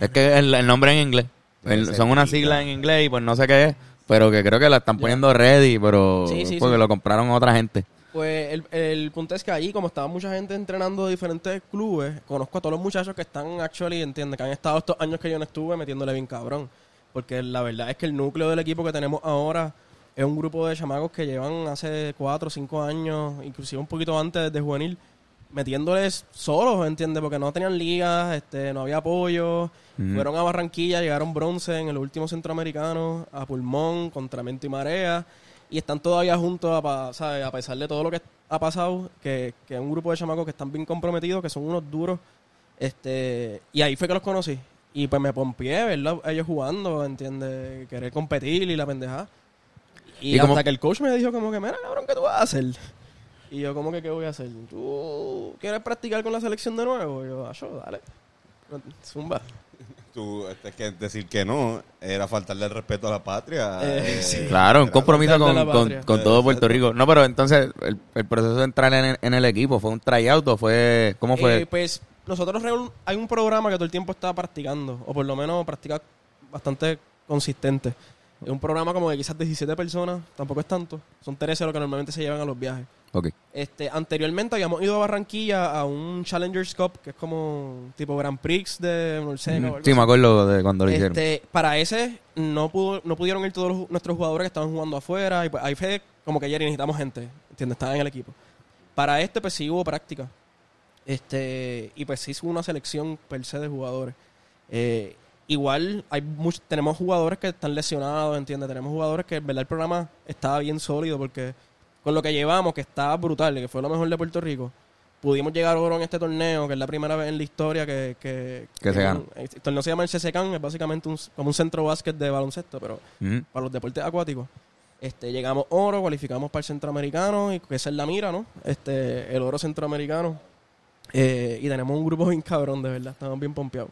es que el, el nombre en inglés. El- son unas siglas en inglés y pues no sé qué es, pero que creo que la están poniendo ready, pero Sí, sí, porque sí. lo compraron otra gente. Pues el, el punto es que allí, como estaba mucha gente entrenando de diferentes clubes, conozco a todos los muchachos que están, actually, entiende, que han estado estos años que yo no estuve metiéndole bien cabrón. Porque la verdad es que el núcleo del equipo que tenemos ahora es un grupo de chamacos que llevan hace cuatro o cinco años, inclusive un poquito antes desde juvenil, metiéndoles solos, ¿entiendes? Porque no tenían ligas, este, no había apoyo. Fueron a Barranquilla, llegaron bronce en el último centroamericano, a pulmón, contra Mento y marea. Y están todavía juntos, a, pa- ¿sabes? a pesar de todo lo que ha pasado, que, que es un grupo de chamacos que están bien comprometidos, que son unos duros. este Y ahí fue que los conocí. Y pues me pompié, ¿verdad? Ellos jugando, ¿entiendes? Querer competir y la pendejada. Y Y, hasta como- que el coach me dijo como que, mira, cabrón, ¿qué tú vas a hacer? Y yo, como que qué voy a hacer? ¿Tú quieres practicar con la selección de nuevo? Y yo, "Acho, dale. Zumba. Tú, este, que decir que no era faltarle el respeto a la patria. Eh, eh, sí. Claro, un compromiso Grande con, la con- patria. con todo Puerto Rico. No, pero entonces el, el proceso de entrar en el, en el equipo fue un tryout o fue... ¿Cómo fue? Eh, pues nosotros reun- hay un programa que todo el tiempo está practicando, o por lo menos practica bastante consistente. Es un programa como de quizás 17 personas, tampoco es tanto. Son 13 lo que normalmente se llevan a los viajes. Ok. Este, anteriormente habíamos ido a Barranquilla a un Challengers Cup, que es como tipo Grand Prix de Norseca. o algo Sí, me acuerdo de cuando lo hicieron. Este, para ese no pudo, no pudieron ir todos los- nuestros jugadores que estaban jugando afuera. Y pues ahí fue como que ayer necesitamos gente, ¿entiendes? Estaban en el equipo. Para este, pues sí hubo práctica. Este, y pues sí hubo una selección per se de jugadores. Eh, igual hay much- tenemos jugadores que están lesionados, ¿entiendes? Tenemos jugadores que en verdad el programa estaba bien sólido porque con lo que llevamos, que estaba brutal, que fue lo mejor de Puerto Rico, pudimos llegar a oro en este torneo, que es la primera vez en la historia que... Que, Que se gana. El torneo se llama el CCCAN, es básicamente un- como un centro básquet de baloncesto, pero Ujú. para los deportes acuáticos. Este, llegamos oro, cualificamos para el centroamericano, y que esa es la mira, ¿no? Este, el oro centroamericano. Eh, y tenemos un grupo bien cabrón, de verdad, estamos bien pompeados.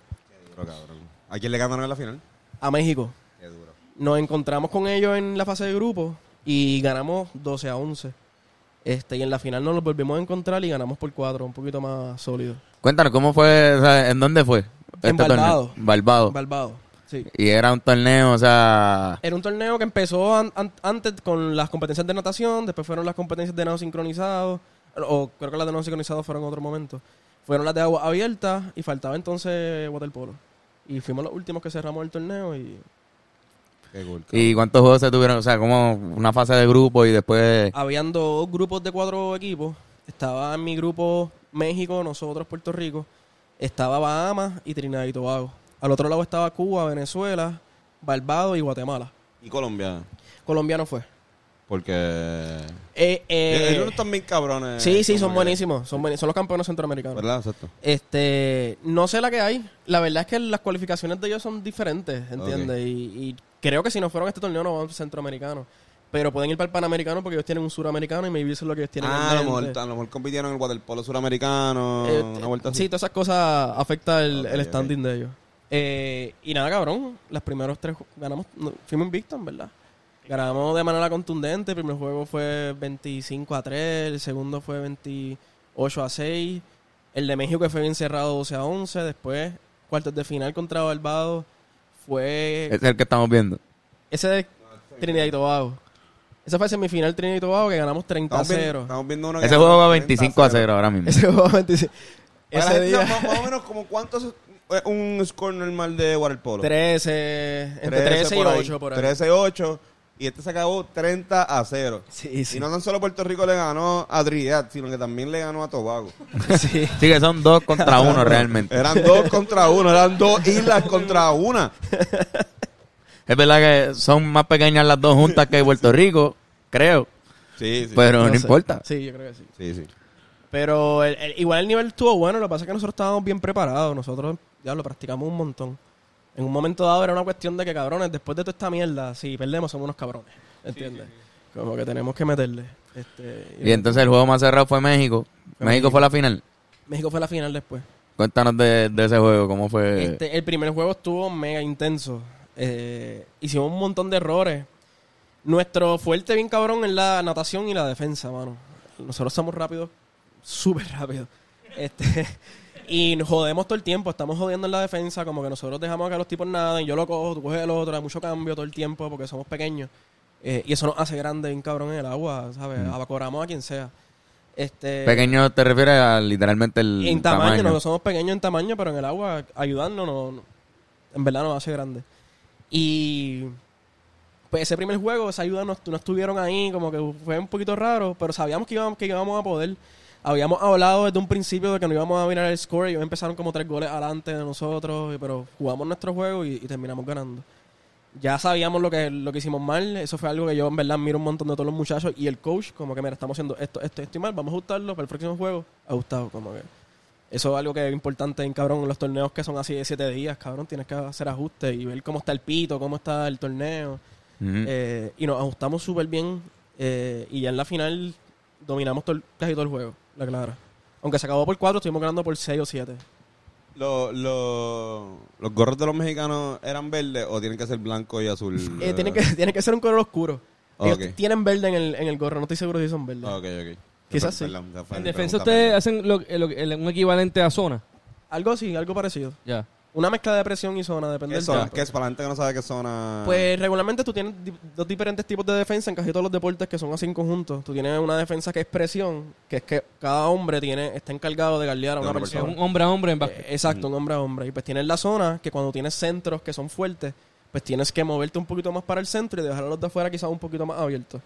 Pero, cabrón. ¿A quién le ganaron en la final? A México. Qué duro. Nos encontramos con ellos en la fase de grupo y ganamos 12 a 11. Este, y en la final nos los volvimos a encontrar y ganamos por 4, un poquito más sólido. Cuéntanos, ¿cómo fue? o sea, ¿En dónde fue? este En Barbados. torneo? Barbados. Balbado. Sí. Y era un torneo, o sea... Era un torneo que empezó an- an- antes con las competencias de natación, después fueron las competencias de nado sincronizado, o creo que las de nado sincronizado fueron en otro momento. Fueron las de agua abierta y faltaba entonces waterpolo. Y fuimos los últimos que cerramos el torneo y Qué cool. cabrón. ¿Y cuántos juegos se tuvieron? O sea, como una fase de grupo y después... habían dos grupos de cuatro equipos. Estaba en mi grupo México, nosotros Puerto Rico. Estaba Bahamas y Trinidad y Tobago. Al otro lado estaba Cuba, Venezuela, Barbados y Guatemala. Y Colombia. Colombia no fue. Porque. Eh, Eh, eh, Ellos están bien cabrones. Sí, sí, son como que- buenísimos. Son, buenísimos, son los campeones centroamericanos. ¿Verdad? Exacto. Este, no sé la que hay. La verdad es que las cualificaciones de ellos son diferentes, ¿entiendes? Y, y creo que si no fueron a este torneo no van centroamericanos. Pero pueden ir para el Panamericano porque ellos tienen un suramericano y maybe eso es lo que ellos tienen. Ah, en a lo, mejor, mente. a lo mejor compitieron en el waterpolo suramericano. Eh, una vuelta sí, así. todas esas cosas afecta el, Ok, el ok. standing de ellos. Eh, y nada, cabrón. Los primeros tres ju- ganamos, no, fuimos invictos, en verdad. Ganamos de manera contundente. El primer juego fue 25 a 3, el segundo fue 28 a 6. El de México que fue bien cerrado 12 a 11. Después, cuartos de final contra Barbados fue Es el que estamos viendo. ese de Trinidad y Tobago. Esa fue semifinal Trinidad y Tobago que ganamos 30 a Estamos, viendo- 0. estamos viendo uno que Ese ganó juego va 30 25 a 0 ahora mismo. Ese juego 25. Para Ese la gente, día- más, más o menos, como ¿cuánto es eh, un score normal de waterpolo? 13, entre 13, 13 y 8 por ahí. 13 y 8. Y este se acabó 30 a 0. Sí, sí. Y no tan solo Puerto Rico le ganó a Trinidad, sino que también le ganó a Tobago. Sí. Sí, que son dos contra uno realmente. Eran dos contra uno, eran dos islas contra una. Es verdad que son más pequeñas las dos juntas que Puerto Rico, creo. Sí, sí. Pero no, sé. importa. Sí, yo creo que sí. sí, sí. Pero el- el- igual el nivel estuvo bueno. Lo que pasa es que nosotros estábamos bien preparados. Nosotros, ya lo practicamos un montón. En un momento dado era una cuestión de que, cabrones, después de toda esta mierda, si perdemos, somos unos cabrones. ¿Entiendes? Como que tenemos que meterle. Este, Y entonces el juego más cerrado fue México. Fue México fue la final. México fue la final después. Cuéntanos de, de ese juego, cómo fue. Este, el primer juego estuvo mega intenso. Eh, hicimos un montón de errores. Nuestro fuerte bien cabrón es la natación y la defensa, mano. Nosotros somos rápidos, súper rápidos. Este, y nos jodemos todo el tiempo, estamos jodiendo en la defensa, como que nosotros dejamos que los tipos naden, yo lo cojo, tú coges el otro, hay mucho cambio todo el tiempo porque somos pequeños. Eh, y eso nos hace grande bien cabrón en el agua, ¿sabes? Abacoramos a quien sea. Este, Pequeño te refieres a literalmente el en tamaño, tamaño. nosotros somos pequeños en tamaño, pero en el agua ayudarnos no, no- en verdad nos hace grande. Y pues ese primer juego, esa ayuda no, no estuvieron ahí, como que fue un poquito raro, pero sabíamos que íbamos, que íbamos a poder. Habíamos hablado desde un principio de que no íbamos a mirar el score, ellos empezaron como tres goles adelante de nosotros, y- pero jugamos nuestro juego y, y terminamos ganando. Ya sabíamos lo que, lo que hicimos mal, eso fue algo que yo en verdad miro un montón de todos los muchachos y el coach, como que mira, estamos haciendo esto, esto, esto y mal, vamos a ajustarlo para el próximo juego, ajustado, como que. Eso es algo que es importante en cabrón en los torneos que son así de siete días, cabrón. Tienes que hacer ajustes y ver cómo está el pito, cómo está el torneo. Mm. Ujú. Eh, y nos ajustamos súper bien. eh, y ya en la final dominamos todo el- casi todo el juego, la clara. Aunque se acabó por cuatro, estuvimos ganando por seis o siete. Lo- lo- ¿Los gorros de los mexicanos eran verdes o tienen que ser blanco y azul? Eh, tiene, que, tiene que ser un color oscuro. Ellos Ah. Ok. tienen verde en el, en el gorro, no estoy seguro si son verdes. Ah, ok, ok. Quizás sí. Perdón, esa fue En mi defensa pregunta, ustedes perdón. hacen lo- eh, lo- el- un equivalente a zona. Algo así, algo parecido. Ya. Una mezcla de presión y zona, depende ¿Qué del zona? tiempo. ¿Qué es para la gente que no sabe qué zona? Pues regularmente tú tienes di- dos diferentes tipos de defensa en casi todos los deportes que son así en conjunto. Tú tienes una defensa que es presión, que es que cada hombre tiene está encargado de guardiar a De una una Es un persona. hombre a hombre en Eh, básquet. Exacto, un hombre a hombre. Y pues tienes la zona que cuando tienes centros que son fuertes, pues tienes que moverte un poquito más para el centro y dejar a los de afuera quizás un poquito más abiertos.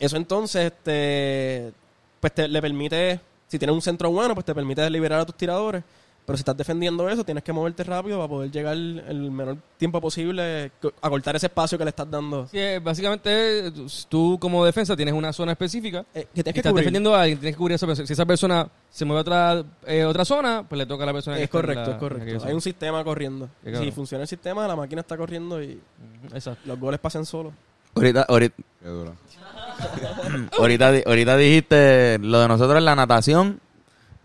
Eso entonces este, pues te, le permite, si tienes un centro bueno, pues te permite liberar a tus tiradores. Pero si estás defendiendo eso, tienes que moverte rápido para poder llegar el menor tiempo posible co- a cortar ese espacio que le estás dando. Sí, eh, básicamente, eh, tú- tú como defensa tienes una zona específica. Eh, que Y tienes que estás cubrir. defendiendo a alguien, tienes que cubrir a esa persona. Si esa persona se mueve a otra, eh, otra zona, pues le toca a la persona que Es está en correcto, la- es en aquella correcto. zona. Hay un sistema corriendo. Qué Si cabrón. funciona el sistema, la máquina está corriendo y Exacto. los goles pasan solos. Ahorita, ahorita, Qué duro. ahorita, di- ahorita dijiste lo de nosotros es la natación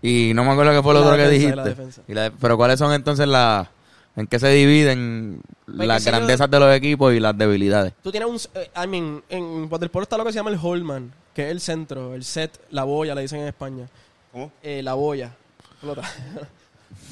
y no me acuerdo qué fue lo La otro que defensa, dijiste. la defensa. Y la- pero ¿cuáles son entonces las... ¿En qué se dividen Pues, las qué sé yo. grandezas de los equipos y las debilidades? Tú tienes un. eh, I mean, en waterpolo está lo que se llama el Holman, que es el centro, el set, la boya, le dicen en España. ¿Cómo? Eh, la boya. Flota.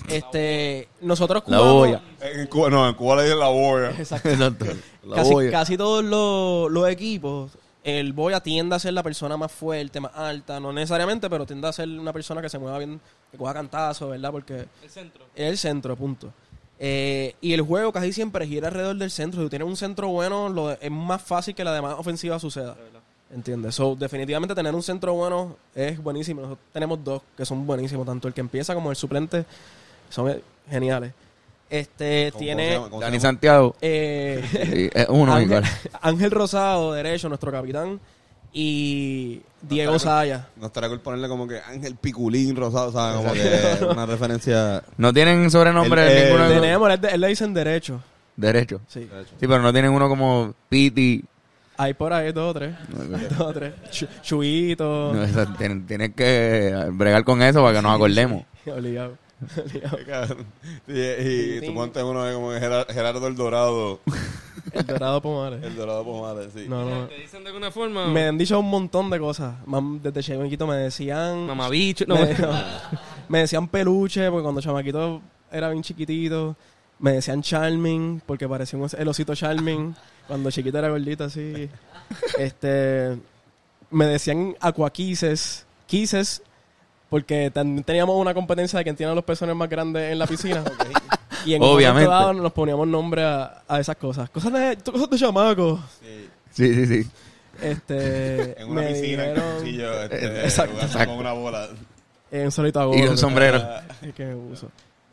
este. Nosotros La cubanos- boya. En Cuba, no, en Cuba le dicen la boya. Exacto. Exacto. La casi, boya. casi todos los, los equipos, el boya tiende a ser la persona más fuerte, más alta, no necesariamente, pero tiende a ser una persona que se mueva bien, que coja cantazo, ¿verdad? Porque El centro. es el centro, punto. Eh, y el juego casi siempre gira alrededor del centro. Si tú tienes un centro bueno, lo de- es más fácil que la demás ofensiva suceda. ¿Entiendes? So, definitivamente tener un centro bueno es buenísimo. Nosotros tenemos dos que son buenísimos, tanto el que empieza como el suplente son eh, geniales. Este ¿Cómo- tiene cómo se llama? ¿Cómo se Dani llama? Santiago eh, y es uno Ángel, igual. Ángel Rosado, derecho, nuestro capitán, y Diego está Saya. No estaría cool ponerle como que Ángel Piculín Rosado, ¿sabes? Como que una referencia. No tienen sobrenombre El- eh, ninguno de los- Tenemos, él, él le dicen derecho. Derecho. Sí. Sí, pero no tienen uno como Piti. Hay por ahí dos o tres. Dos o tres. Chu- Chuito. No, esa- tienen, tienen que bregar con eso para que nos acordemos. Obligado. Obligado. y, y, tú ponte uno de como que Gerar- Gerardo el Dorado. El Dorado Pomares. El Dorado Pomales, sí. No, no. Te dicen de alguna forma. Me han dicho un montón de cosas. Mam- Desde chamaquito me decían. Mamabicho. No, me, me decían peluche, porque cuando chamaquito era bien chiquitito. Me decían Charming, porque parecía un os- el osito Charming. Cuando chiquito era gordito así. Este. Me decían Aquaquises. Quises. Porque tan- teníamos una competencia de quien tiene los pezones más grandes en la piscina. Y en un Obviamente. momento dado nos poníamos nombre a, a esas cosas. Cosas de, cosas de chamaco. Sí, sí, sí. Este, En una me piscina, en dijeron- Eh, un cuchillo, este, Exacto, jugando exacto. con una bola. En un solito Y un sombrero. que uso.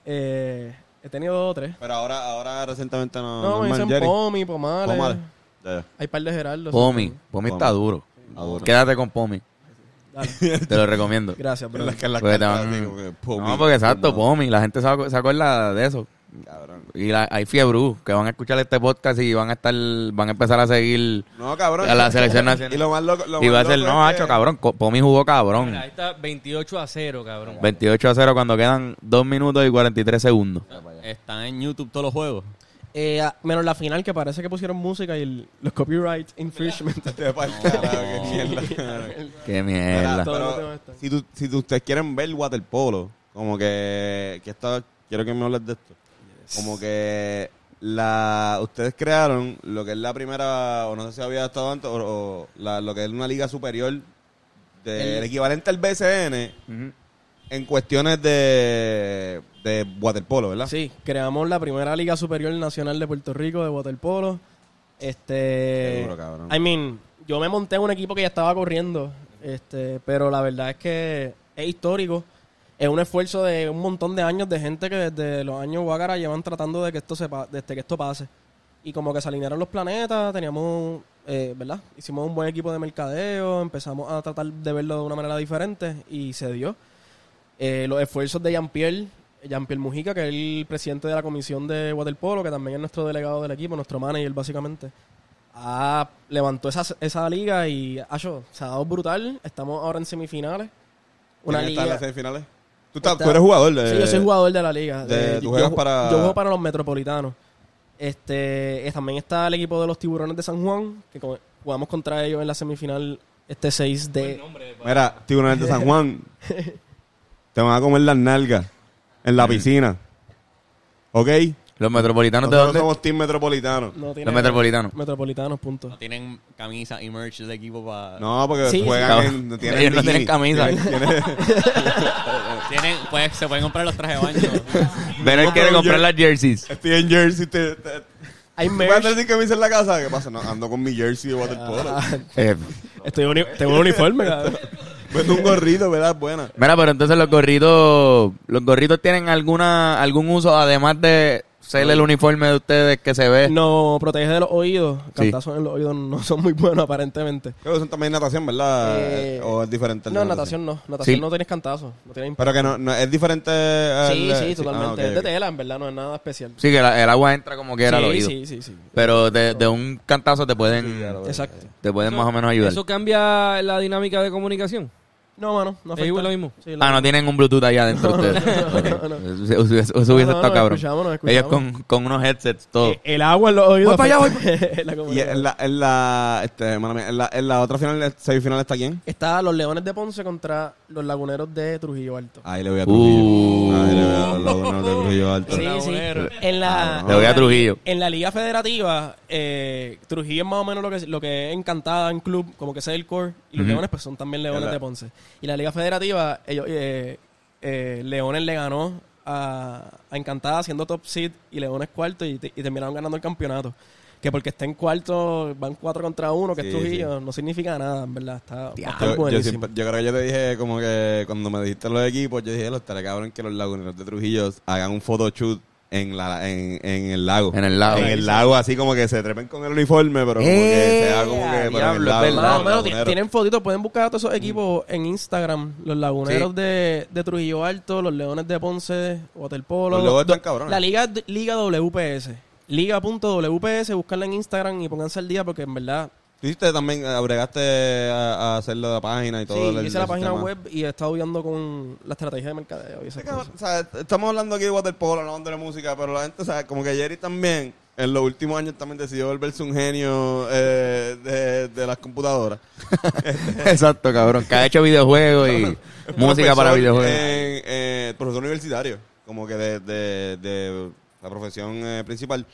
Eh, he tenido dos o tres. Pero ahora, ahora recientemente no. No, me es dicen Jerry. Pomi, Pomales. Pomales. Ya, ya. Hay par de Gerardo. Pomi. sí. Pomi está duro. Está duro. Quédate con Pomi. Dale. Te lo recomiendo. Gracias, bro. En las- en las Porque te cartas, van- así como que, Pomi, No, porque exacto, Pomi. Pomi. La gente se acu- se acuerda de eso. Cabrón. Y la- hay fiebrú que van a escuchar este podcast y van a estar, van a empezar a seguir No, cabrón. a la selección nacional. Y lo más loco. Lo Y va a más ser, loco no, es que- hacho, cabrón. co- Pomi jugó cabrón. Mira, ahí está 28 a 0, cabrón. 28 a 0 cuando quedan 2 minutos y 43 segundos. Están en YouTube todos los juegos. Eh, ah, menos la final que parece que pusieron música y el- los copyright infringement. Te pa'l carajo, qué mierda. Qué mierda. Todo lo Pero tengo esto. si, tú- si tú- ustedes quieren ver waterpolo, como que, que esta- quiero que me hables de esto. Como que la ustedes crearon lo que es la primera, o no sé si había estado antes, o, o la- lo que es una liga superior, del equivalente al BCN, en cuestiones de, de waterpolo, ¿verdad? Sí, creamos la primera Liga Superior Nacional de Puerto Rico de waterpolo. Este, Qué duro, cabrón. I mean, yo me monté en un equipo que ya estaba corriendo, este, pero la verdad es que es histórico. Es un esfuerzo de un montón de años de gente que desde los años Guácara llevan tratando de que esto se pa- desde que esto pase. Y como que se alinearon los planetas, teníamos, eh, ¿verdad? Hicimos un buen equipo de mercadeo, empezamos a tratar de verlo de una manera diferente y se dio eh, los esfuerzos de Jean-Pierre, Jean-Pierre Mujica, que es el presidente de la comisión de waterpolo, que también es nuestro delegado del equipo, nuestro manager básicamente, ha, levantó esa, esa liga y acho, se ha dado brutal. Estamos ahora en semifinales. Una ¿Quién está liga. en las semifinales? Tú, estás- Está- tú eres jugador de... Sí, yo soy jugador de la liga. de- Eh, tú yo- juegas yo, para- yo juego para los metropolitanos. Este, eh, también está el equipo de los tiburones de San Juan, que co- jugamos contra ellos en la semifinal este 6 de... Mira, tiburones de San Juan, te van a comer las nalgas en la piscina. ¿Ok? Los metropolitanos de Nosotros dónde? somos team metropolitano. No tiene- Los metropolitanos. Metropolitanos, punto. No tienen camisa y merch del equipo para... No, porque Sí, sí. juegan en, Cabrón. tienen Ellos no tienen bikini. camisa. Tienen- tienen- Tienen, pues, se pueden comprar los trajes de baño. Veren quiere comprar las jerseys. estoy en jersey. Te, te- Hay ¿Tú merch. vas a tener sin camisa en la casa? ¿Qué pasa? No, ando con mi jersey de waterpolo. Ah. Eh, Estoy uni- tengo un uniforme, cabrón. Vendo un gorrito, ¿verdad? Buena. mira, pero entonces los gorritos, los gorritos tienen alguna algún uso además de ser el uniforme de ustedes que se ve. No protege de los oídos. Cantazos en los oídos no son muy buenos, aparentemente. Creo que son también natación, ¿verdad? Eh, o es diferente. el de No, natación no. Natación Sí. no tienes cantazos. No tienes Pero que no, no- es diferente. al- Sí, sí, totalmente. ah, ok, Es de ok. tela, en verdad, no es nada especial. Sí, que la- el agua entra como quiera al sí, oído. sí, sí, sí. Pero de, de un cantazo te pueden, Exacto. te pueden más o menos ayudar. ¿Eso cambia la dinámica de comunicación? No, mano, no afecta. ¿Es igual lo mismo? Sí, lo Ah, no mismo. tienen un Bluetooth allá adentro ustedes. Ok. no, no. Eso- Eso eso hubiese No, no, estado no, cabrón. escuchamos, no, Ellos escuchamos. con, con unos headsets, todo. Eh, El agua en los Voy oídos. para allá, afecta la Y comunidad. en la, en la, este, mala mía, en la, en la otra final, semifinal está quién? Está los Leones de Ponce contra los Laguneros de Trujillo Alto. Ahí le voy a Trujillo. Uh. Ahí le voy a los laguneros de Trujillo Alto. Sí, sí. Laguneros. En la, Cabrón. Le voy a Trujillo. En la Liga Federativa, eh, Trujillo es más o menos lo que, lo que es encantada en club, como que ese es el core. Y los Ujú. Leones, pues son también Leones Verdad. de Ponce. Y la Liga Federativa, ellos, eh, eh, Leones le ganó a, a Encantada siendo top seed y Leones cuarto y, te- y terminaron ganando el campeonato. Que porque está en cuarto, van cuatro contra uno, que es Sí, Trujillo, no significa nada, en verdad. Está, va a estar Yo, yo, Ah, buenísimo. siempre- yo creo que yo te dije como que cuando me dijiste los equipos, yo dije, los estaré cabrón que los laguneros de Trujillo hagan un photoshoot en, la, en, en el lago. En el lago. En el lago, así como que se trepen con el uniforme, pero como ¡Eh! que sea como que... pero en el Diablo, lago, los es verdad. Mano, mano, ti- laguneros. tienen fotitos, pueden buscar a todos Mm. esos equipos en Instagram. Los Laguneros Sí. de, de Trujillo Alto, los Leones de Ponce, Waterpolo. Los logos Do- están cabrones. La Liga, Liga WPS. Liga.wps, buscarla en Instagram y pónganse al día porque en verdad. Tú hiciste también, eh, abregaste a, a hacer lo de la página y Sí, todo. el- hice la el página sistema. web y he estado viendo con la estrategia de mercadeo y esas cosas. Este O sea, estamos hablando aquí de waterpolo, hablando de la música, pero la gente, o sea, como que Jerry también, en los últimos años también decidió volverse un genio eh, de, de las computadoras. Exacto, cabrón. Que ha hecho videojuegos y música Profesor para videojuegos. pues, en, eh, profesor universitario, como que de, de- de la profesión eh, principal.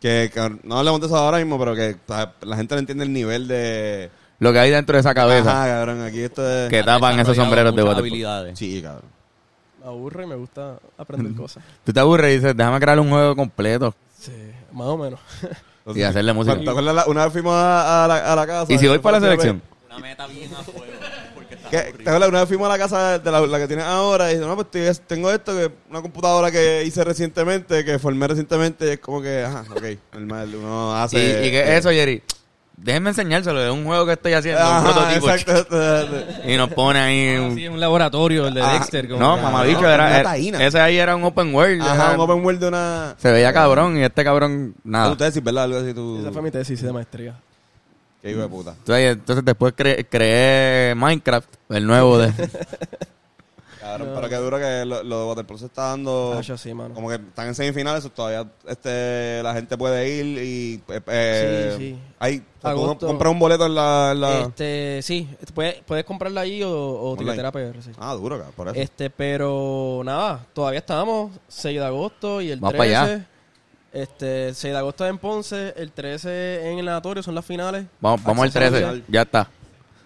Que, que no hablamos de eso ahora mismo, pero que o sea, la gente no entiende el nivel de... Lo que hay dentro de esa cabeza. Ajá, cabrón, aquí esto es... Que tapan esos sombreros de Muchas waterpolo. habilidades. Sí, cabrón. Me aburre y me gusta Mm. aprender cosas. Tú te aburres y dices, déjame crear un juego completo. Sí, más o menos. Y hacerle música. ¿Te acuerdas la- Una vez fuimos a, a la, a la casa. ¿Y si voy para la Fue selección? Una meta bien a fuego. Porque está ¿Qué? ¿Te acuerdas? Una vez fuimos a la casa de la, la que tienes ahora y dices, no, pues estoy- tengo esto, que una computadora que hice recientemente, que formé recientemente, y es como que, ajá, ok, normal, uno Y, hace... eh, y que eso, Jerry. Déjenme enseñárselo de un juego que estoy haciendo, un Ajá, prototipo. exacto, exacto, exacto. Y nos pone ahí un... Ah, Sí, es un laboratorio, el de Ah, Dexter. como No, que- mamabicho, no, era, una era- taína. ese ahí era un open world. Ajá, ajá. un open world de una... Se veía cabrón y este cabrón, Ah. nada. Tu tesis, ¿verdad? Algo así, tú... Esa fue mi tesis de maestría. Qué hijo de puta. Entonces, entonces después cre- creé Minecraft, el nuevo de... Cabrón, pero qué duro que lo, lo de Waterpolo se está dando... Ah, yo sí, mano. Como que están en semifinales, eso todavía este, la gente puede ir y... eh, eh, Sí, sí. Ahí, o sea, tú Agosto. compras un boleto en la... en la- Este, sí, puedes, puedes comprarla ahí o, o Online. tiquetera PR, sí. Ah, duro, cabrón, por eso. Este, pero nada, todavía estamos 6 de agosto y el Vamos 13. para allá. Este, 6 de agosto en Ponce, el 13 en el Natorio, son las finales. Vamos, vamos al 13, ya está.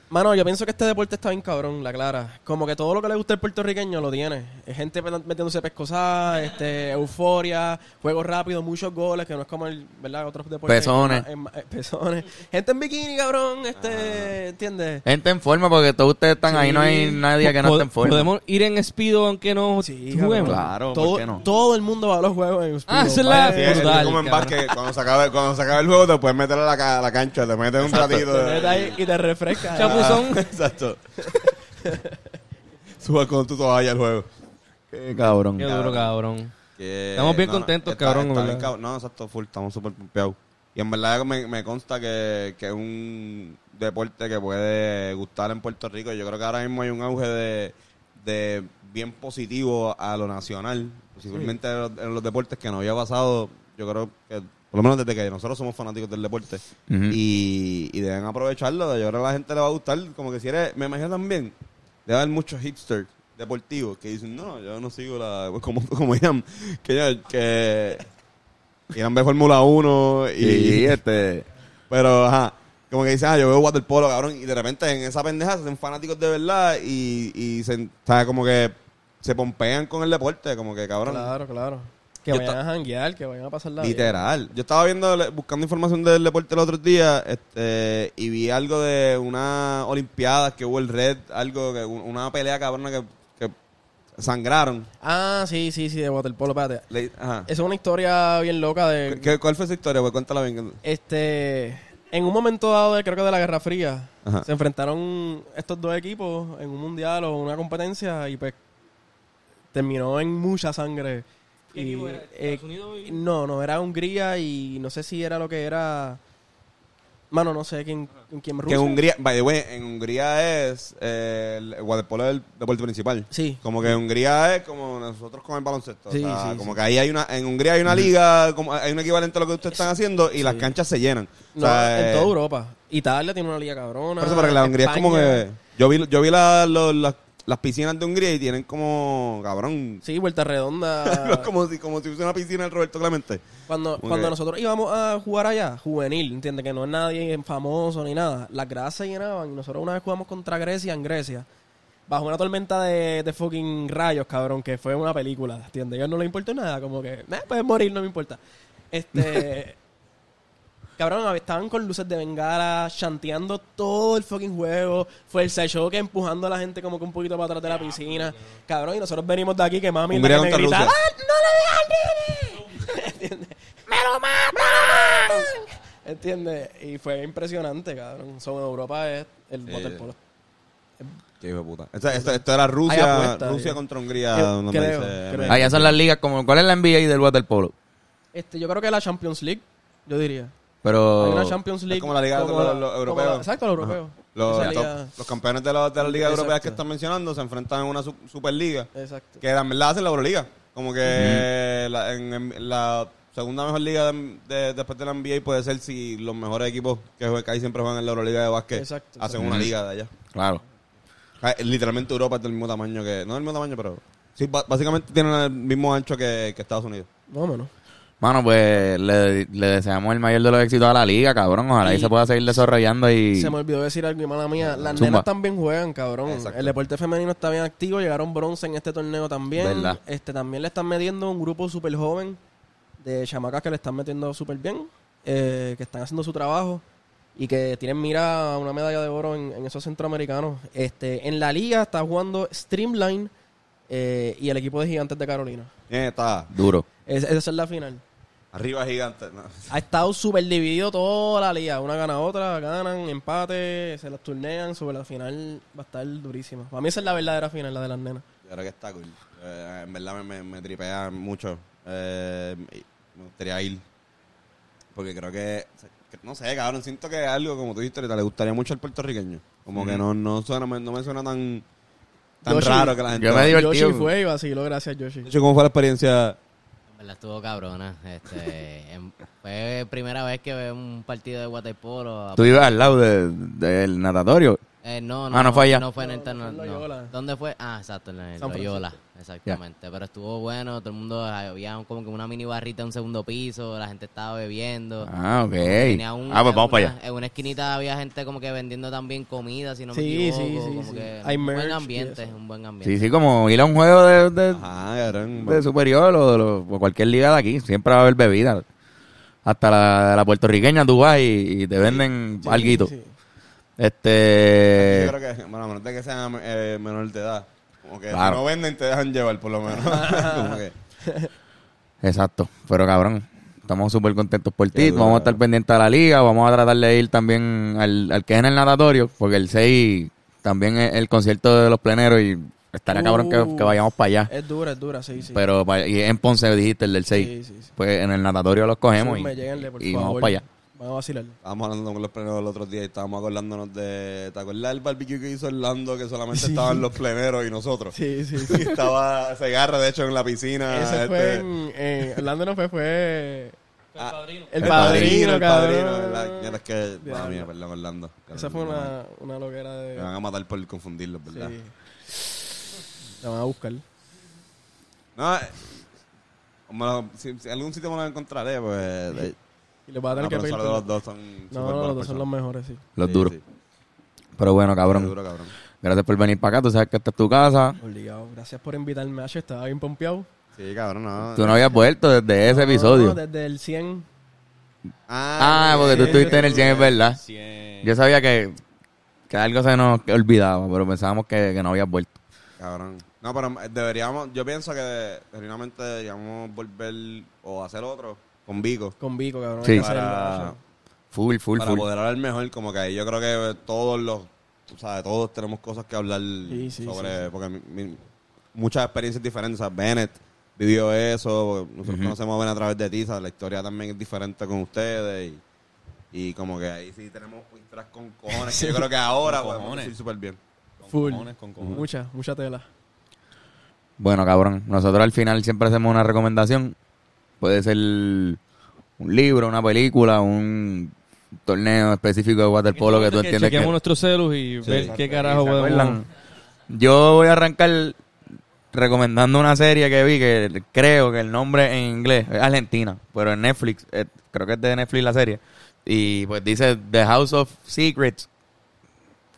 Mano, yo pienso que este deporte está bien cabrón, la clara. Como que todo lo que le gusta al puertorriqueño lo tiene. Es Gente pe- metiéndose pescosada, este, euforia, juegos rápidos, muchos goles, que no es como el, ¿verdad? Otros deportes. Pezones. Es ma- es ma- es pezones. Gente en bikini, cabrón, Ah. este, ¿entiendes? Gente en forma porque todos ustedes están ahí, no hay nadie que no esté en forma. Podemos ir en Speedo aunque no Sí, juguemos. cabrón. Claro, ¿por todo, qué no? todo el mundo va a los juegos en Speedo. Ah, esa es la- Sí, Vaya, es Brutal, como en cabrón. básquet, cuando se, acaba, cuando se acaba el juego te puedes meter a la, ca- a la cancha, te metes un ratito. te metes ahí y te Ah, refrescas. Chapuzón. Exacto. Suba con tu toalla al juego. Qué cabrón. Qué duro, cabrón. Que- Estamos bien contentos, cabrón, está ¿verdad? bien cab- No, exacto, full, estamos súper pimpeados. Y en verdad me, me consta que, que es un deporte que puede gustar en Puerto Rico. Yo creo que ahora mismo hay un auge de, de bien positivo a lo nacional, principalmente en, los, en los deportes que no había pasado. Yo creo que, por lo menos desde que nosotros somos fanáticos del deporte, Ujú. y, y deben aprovecharlo. Yo creo que a la gente le va a gustar. Como que si eres, me imagino también, debe haber muchos hipsters deportivos que dicen, no, yo no sigo la. Como, como Irán, que, ya- que Irán ve Fórmula 1 y. Y este... Pero, ajá. Como que dicen, ah, yo veo waterpolo, cabrón. Y de repente en esa pendeja se hacen fanáticos de verdad y, y se, o sea, como que se pompean con el deporte. Como que, cabrón. Claro, claro. Que Yo vayan ta- a janguear, que vayan a pasarla bien. Literal. Yo estaba viendo, le- buscando información del deporte el otro día, este, y vi algo de una olimpiada que hubo el red, algo que un- una pelea cabrona que, que sangraron. Ah, sí, sí, sí, de waterpolo, espérate. Le- ajá. Esa es una historia bien loca de... ¿Qué- ¿Cuál fue esa historia? Pues cuéntala bien. Este, en un momento dado, de- creo que de la Guerra Fría, Ajá. se enfrentaron estos dos equipos en un mundial o una competencia y pues terminó en mucha sangre. ¿Qué Y, equipo era? eh, ¿Estados Unidos y- No, no, era Hungría y no sé si era lo que era... Mano, no sé quién, quién Que Rusia. en Hungría, by the way, en Hungría es eh, el waterpolo del deporte principal. Sí. Como que Hungría es como nosotros con el baloncesto. Sí, o sea, sí, como sí. que ahí hay una, en Hungría hay una liga, como hay un equivalente a lo que ustedes están haciendo y las canchas se llenan. O No, sea, eh, en toda Europa. Italia tiene una liga cabrona. Por eso, porque la Hungría es como España. que. Yo vi, yo vi la- lo- las- las piscinas de Hungría y tienen como. Cabrón. Sí, Vuelta Redonda. como, si, como si fuese una piscina del Roberto Clemente. Cuando, Como cuando que- nosotros íbamos a jugar allá, juvenil, ¿entiendes? Que no es nadie famoso ni nada. Las gradas se llenaban y nosotros una vez jugamos contra Grecia en Grecia. Bajo una tormenta de, de fucking rayos, cabrón, que fue una película, ¿entiendes? A ellos no les importó nada, como que, eh, puedes morir, no me importa. Este. cabrón, estaban con luces de bengala, chanteando todo el fucking juego. Fue el show que empujando a la gente como que un poquito para atrás de la piscina. Cabrón, y nosotros venimos de aquí que mami. la Hungría que me contra gritaba, Rusia. "¡Ah, ¡No le digas al nene!" ¿Entiendes? ¡Me lo matan! ¿Entiendes? Y fue impresionante, cabrón. Sobre Europa es el Sí. waterpolo. Qué hijo de puta. Esto, esto- esto era Hay Rusia, apuestas, Rusia sí. contra Hungría. Creo- donde creo, dice- creo. Allá son las ligas como... ¿Cuál es la NBA del waterpolo? Este, yo creo que la Champions League, yo diría. Hay Pero... una Champions League. Es como la liga de los- los como europeos. la- exacto, los europeos. Los, Esa top- liga- los campeones de la, de la liga Exacto. europea que están mencionando se enfrentan en una su- superliga Exacto. que también la hace la Euroliga. Como que la, en, en la segunda mejor liga de- de- después de la NBA puede ser si los mejores equipos que juegan ahí siempre juegan en la Euroliga de básquet Exacto, hacen exacto. una Ujú. liga de allá. Claro. Ah, Literalmente Europa es del mismo tamaño que... No del mismo tamaño, pero... Sí, ba- básicamente tienen el mismo ancho que, que Estados Unidos. Vámonos. Mano, pues le, le deseamos el mayor de los éxitos a la liga, cabrón. Ojalá y, Y- se pueda seguir desarrollando y... Se me olvidó decir algo, y mala mía. Las Ah, Zumba. nenas también juegan, cabrón. Exacto. El deporte femenino está bien activo. Llegaron bronce en este torneo también. Verdad. Este también le están metiendo un grupo súper joven de chamacas que le están metiendo súper bien, eh, que están haciendo su trabajo y que tienen mira a una medalla de oro en, en esos centroamericanos. Este, en la liga está jugando Streamline eh, y el equipo de Gigantes de Carolina. Eh, está Duro. Es- esa es la final. arriba gigante. no. Ha estado súper dividido toda la liga. Una gana a otra, ganan, empate, se las turnean. Sobre la final va a estar durísima. Para mí esa es la verdadera final, la de las nenas. Yo creo que está cool. Eh, en verdad me, me, me tripea mucho. Eh, y me gustaría ir. Porque creo que, que- No sé, cabrón. Siento que es algo, como tú dijiste ahorita, le gustaría mucho al puertorriqueño. Como que no, no, suena, no me suena tan, tan Yoshi, raro que la gente. yo me di- divertido. Yoshi fue y vaciló, gracias Yoshi. Yoshi, ¿Cómo fue la experiencia? En verdad Pues estuvo cabrona. Este, em- fue primera vez que veo un partido de waterpolo. Tú ibas al lado de- del natatorio. Eh, no, no, Ah, no fue allá. No fue en el No, no fue en no. Loyola. ¿Dónde fue? Ah, exacto, en el San Francisco. Loyola. Exactamente. Pero estuvo bueno, todo el mundo, ah, había un- como que una mini barrita en un segundo piso, la gente estaba bebiendo. Ah, ok. Tenía un- ah, pues en vamos para una- allá. En una esquinita había gente como que vendiendo también comida, si no me Sí, sí, equivoco. sí, como sí. que Hay un merch buen y ambiente, eso. un buen ambiente. Sí, sí, como ir a un juego de, de- Ajá, cabrón. de superior o, de lo- o cualquier liga de aquí. Siempre va a haber bebida. Hasta la, la puertorriqueña tú vas y, y te venden Sí, alguito. sí. Este... Eh, Yo creo que, bueno, a menos de que sea eh, menor de edad. Como que Claro. si no venden, te dejan llevar, por lo menos. Como que- Exacto, pero cabrón, estamos súper contentos por Qué ti, duro, vamos a cabrón. estar pendientes a la liga, vamos a tratar de ir también al, al que es en el natatorio, porque el 6 también es el concierto de los pleneros y estaría cabrón que, Uh, que vayamos para allá. Es dura, es dura, sí, sí. Pero pa- y en Ponce dijiste el del 6, Sí, sí, sí. pues en el natatorio los cogemos y, Zumba, lléguenle, por y favor. vamos para allá. Vamos a vacilarle. Estábamos hablando con los pleneros el otro día y estábamos acordándonos de. ¿Te acuerdas del barbecue que hizo Orlando que solamente estaban los pleneros y nosotros? Sí, sí, Y sí. estaba Segarra, de hecho, en la piscina. Ese este, ah, fue en, en- Orlando no fue, fue... El el padrino, el cabrón. padrino, ¿verdad? Mierda, es que. Madre mía, perdón, Orlando. Esa fue una, una loquera Me de... van a matar por confundirlos, ¿verdad? Sí. La van a buscar. No, eh, me lo- si, si algún sitio me lo encontraré, pues. eh, Y les va a no, tener que pero pedir... solo los dos son. No, no, los dos son los mejores, sí. Los duros. Pero bueno, cabrón, Duro, cabrón. gracias por venir para acá, tú sabes que esta es tu casa. Obligado. Gracias por invitarme, Acho. Estaba bien pompeado. Sí, cabrón, no. Tú no habías vuelto desde ese No, episodio. desde el 100. Ah, porque tú estuviste en el pues. 100, es verdad. Cien. Yo sabía que, que algo se nos olvidaba, pero pensábamos que, que no habías vuelto. Cabrón. No, pero eh, deberíamos, yo pienso que genuinamente deberíamos volver o hacer otro con Vico Con Vico, cabrón. Sí. hay que para, hacerlo. Full, full, para full. poder hablar mejor. Como que ahí yo creo que todos los, tú sabes, todos tenemos cosas que hablar Sí, sí, sobre, porque mi- mi- muchas experiencias diferentes. O sea, Bennett vivió eso, porque nosotros conocemos a Bennett a través de ti, ¿sabes? la historia también es diferente con ustedes y, y como que ahí sí tenemos historias con cojones. que yo creo que ahora pues, Con podemos cojones. decir súper bien. Con Full. cojones, con cojones. Mucha, mucha tela. Bueno, cabrón, nosotros al final siempre hacemos una recomendación. Puede ser un libro, una película, un torneo específico de waterpolo que tú entiendes Chequeamos que... nuestros celus y ver qué carajo ¿Se podemos... acuerdan? Yo voy a arrancar recomendando una serie que vi que creo que el nombre en inglés es Argentina, pero en Netflix, eh, creo que es de Netflix la serie. Y pues dice The House of Secrets.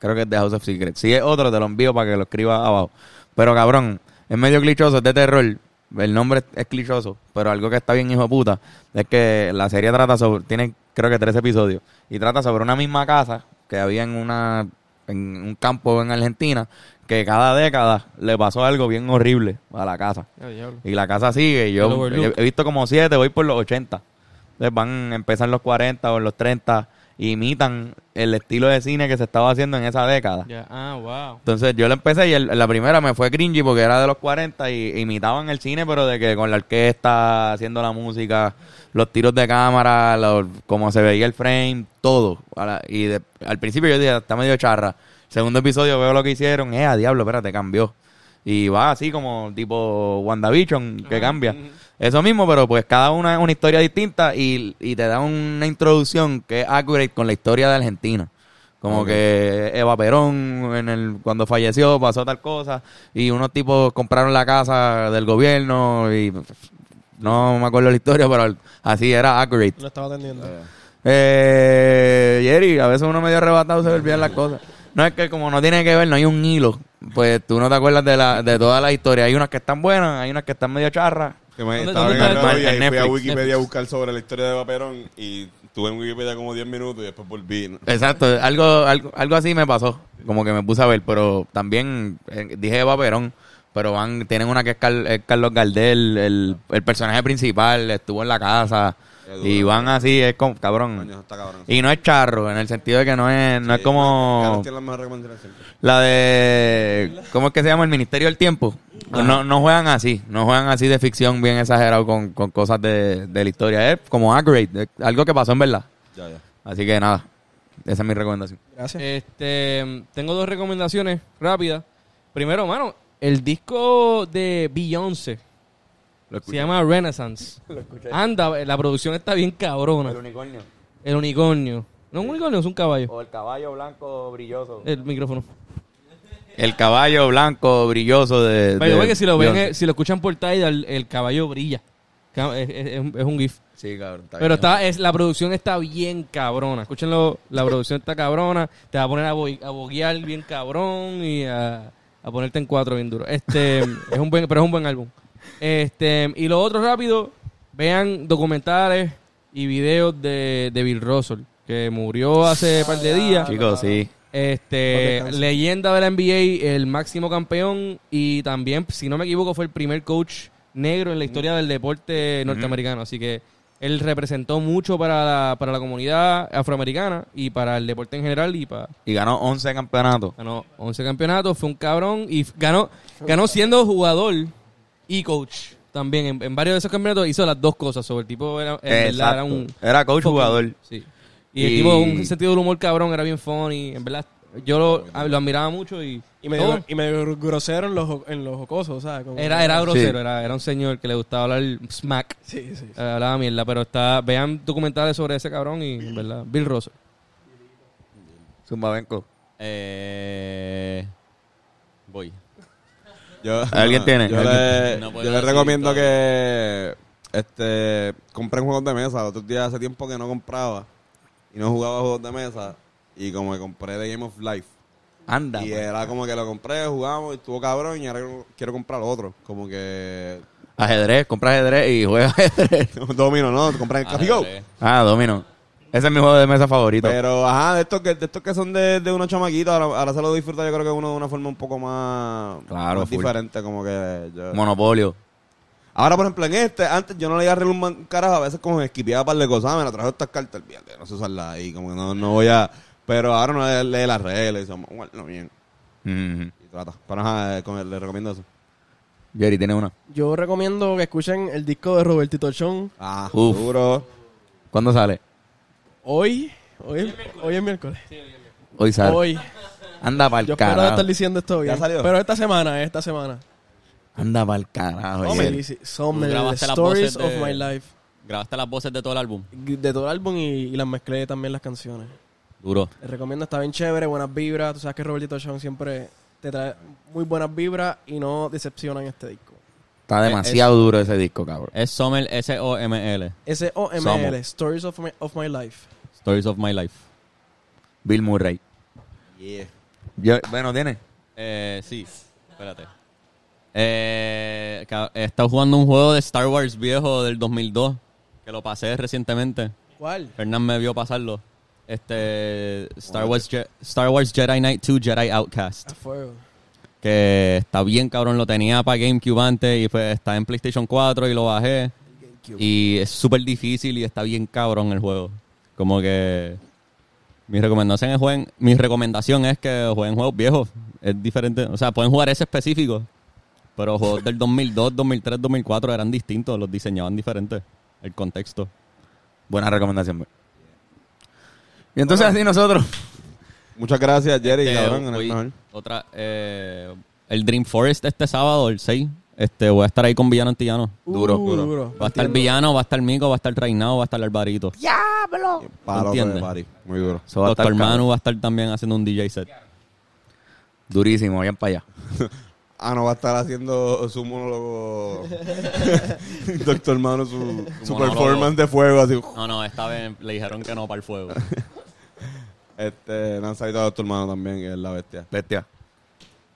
Creo que es The House of Secrets. Si es otro, te lo envío para que lo escribas abajo. Pero cabrón, es medio clichoso, es de terror. El nombre es clichoso, pero algo que está bien hijo de puta es que la serie trata sobre, tiene creo que tres episodios, y trata sobre una misma casa que había en una en un campo en Argentina que cada década le pasó algo bien horrible a la casa. Y la casa sigue. y El Yo he, overlook. he visto como siete, voy por los 80. Entonces van a empezar en los 40 o en los 30 y imitan el estilo de cine que se estaba haciendo en esa década. Ya, Ah, wow. Entonces yo la empecé y el- la primera me fue cringy porque era de los 40 y imitaban el cine, pero de que con la orquesta, haciendo la música, los tiros de cámara, lo- cómo se veía el frame, todo. A la- Y de- al principio yo dije, está medio charra. Segundo episodio veo lo que hicieron, eh, a diablo, espérate, cambió. Y va así como tipo WandaVision, que cambia. Eso mismo, pero pues cada una es una historia distinta y, y te da una introducción que es accurate con la historia de Argentina. Como que Eva Perón, en el, cuando falleció, pasó tal cosa. Y unos tipos compraron la casa del gobierno. Y no me acuerdo la historia, pero así era accurate. Lo estaba atendiendo. Eh, Jerry, a veces uno medio arrebatado se le olvidan las cosas. No es que como no tiene que ver, no hay un hilo. Pues tú no te acuerdas de, la, de toda la historia. Hay unas que están buenas, hay unas que están medio charras. Que me ¿Dónde- estaba dónde en está el el- otro día en y fui a Netflix? Wikipedia a buscar sobre la historia de Vaperón y tuve en Wikipedia como 10 minutos y después volví. Exacto, algo, algo, algo así me pasó, como que me puse a ver, pero también eh, dije Eva Perón, pero van, tienen una que es, Car- es Carlos Gardel, el, el personaje principal, estuvo en la casa, Qué duro. y van así, es como, cabrón. Coño, está cabrón. Y no es charro, en el sentido de que no es, Ah, no es como Carlos tiene las mejores recomendaciones siempre. la de, ¿cómo es que se llama? El Ministerio del Tiempo. Ah. No, no juegan así, no juegan así de ficción bien exagerado con, con cosas de, de la historia, es como accurate, es algo que pasó en verdad. Ya, ya. Así que nada, esa es mi recomendación. Gracias. Este, tengo dos recomendaciones rápidas. Primero, mano, el disco de Beyoncé se llama Renaissance. Anda, la producción está bien cabrona. unicornio. El unicornio. No, un unicornio es un caballo. el caballo blanco brilloso. El micrófono. El caballo blanco brilloso de. By the de way, que si lo ven, Beyoncé. eh, si lo escuchan por Tidal, el, caballo brilla. Ca- Es, es- es un- es un GIF. Sí, cabrón. está Pero bien. está, es, la producción está bien cabrona. Escúchenlo, la producción está cabrona. Te va a poner a, boi- a boguear bien cabrón y a, a ponerte en cuatro bien duro. Este, es un buen, pero es un buen álbum. Este, y lo otro rápido, vean documentales y videos de, de Bill Russell, que murió hace par de días. Chicos, sí. Este, leyenda de la NBA, el máximo campeón y también, si no me equivoco, fue el primer coach negro en la historia del deporte norteamericano. Así que él representó mucho para la, para la comunidad afroamericana y para el deporte en general y para... Y ganó 11 campeonatos. Ganó 11 campeonatos, fue un cabrón y f- ganó, ganó siendo jugador y coach también. En, en varios de esos campeonatos hizo las dos cosas. Sobre el tipo era, en verdad, era Exacto. un... Era coach Fucking- jugador. Sí. Y el Y- tipo, un sentido del humor cabrón, era bien funny. En verdad, yo lo, lo admiraba mucho y. Y me todo. dio, y me dio grosero en los, jo- en los jocosos, ¿sabes? Como- Era, era grosero, Sí. era, era un señor que le gustaba hablar smack. Sí, sí. eh, Hablaba mierda, pero está. Vean documentales sobre ese cabrón y, en verdad, Bill Russell. Zumbabenco. Eh, voy. Yo- ¿Alguien tiene? Yo ¿Alguien? le, No puedo yo le decir recomiendo todavía. que este compren juegos de mesa. Otros días hace tiempo que no compraba y no jugaba juegos de mesa. Y como que compré The Game of Life. Anda. y pues. era como que lo compré, jugamos y estuvo cabrón. Y ahora quiero comprar otro. Como que. Ajedrez, compra ajedrez y juega ajedrez. Domino, no, compré el Ah, Capigo. dale. Ah, domino. Ese es mi juego de mesa favorito. Pero, ajá, de estos que, de estos que son de, de unos chamaquitos, ahora, ahora se lo disfruta yo creo que uno de una forma un poco más, Claro, más full. diferente, como que... yo- Monopolio. Ahora, por ejemplo, en este, antes yo no le iba a arreglar un man- carajo, a veces como que esquipeaba par de cosas, "Ah, me la trajo estas cartas, olvídate, no sé usarla ahí, como que no, no voy a... Pero ahora no le, le las reglas, y dice, vamos a jugarlo bien, Ujú. y trata. Pero, ajá, eh, con él, le recomiendo eso. Jerry, tiene una. Yo recomiendo que escuchen el disco de Robertito Chon Ah, Uf. seguro. ¿Cuándo sale? hoy. Hoy, hoy es miércoles. Hoy sale. Hoy. Anda pa'l Yo espero carajo. estar diciendo esto bien. salió? Pero esta semana, eh, esta semana. Anda pa'l carajo, Jerry. Some, some grabaste las Stories voces of de- My Life. Grabaste las voces de todo el álbum. De todo el álbum y, y las mezclé también las canciones. Duro. Les recomiendo, está bien chévere, buenas vibras. Tú sabes que Robertito Chon siempre te trae muy buenas vibras y no decepciona en este disco. Está demasiado duro ese disco, cabrón. Es Sommer S-O-M-L. S.O.M.L. Stories of my, of my Life. Stories of My Life. Bill Murray. Yo- bueno, tiene. Eh, sí. Espérate. Eh, ca- he estado jugando un juego de Star Wars viejo del 2002. Que lo pasé recientemente. ¿Cuál? Fernán me vio pasarlo. Este. Star Wars, Je- Star Wars Jedi Knight 2 Jedi Outcast. A fuego. Que está bien, cabrón. Lo tenía para GameCube antes. Y pues está en PlayStation 4 y lo bajé. Y es súper difícil y está bien cabrón el juego. Como que. Mi recomendación, es jueguen, mi recomendación es que jueguen juegos viejos. Es diferente. O sea, pueden jugar ese específico. Pero juegos del 2002, 2003, 2004 eran distintos. Los diseñaban diferentes. El contexto. Buena recomendación. bro. Y entonces así nosotros. Muchas gracias, Jerry, Este, cabrón, en el voy- mejor. otra, eh, el Dream Forest este sábado, el 6. Este, voy a estar ahí con Villano Antillano. Duro, Uh, duro. Va a estar Villano, va a estar Mico, va a estar Reinao, va a estar Alvarito. Palo de ¿Entiendes? party, muy duro. Eso va a estar Doctor cabrón. Manu va a estar también haciendo un DJ set. Durísimo, vayan para allá. Ah, no va a estar haciendo su monólogo. Doctor Mano, su, su monólogo. performance de fuego, así. No, no, esta vez le dijeron que no para el fuego. Este, lanzadito a Doctor Mano también, que es la bestia. Bestia.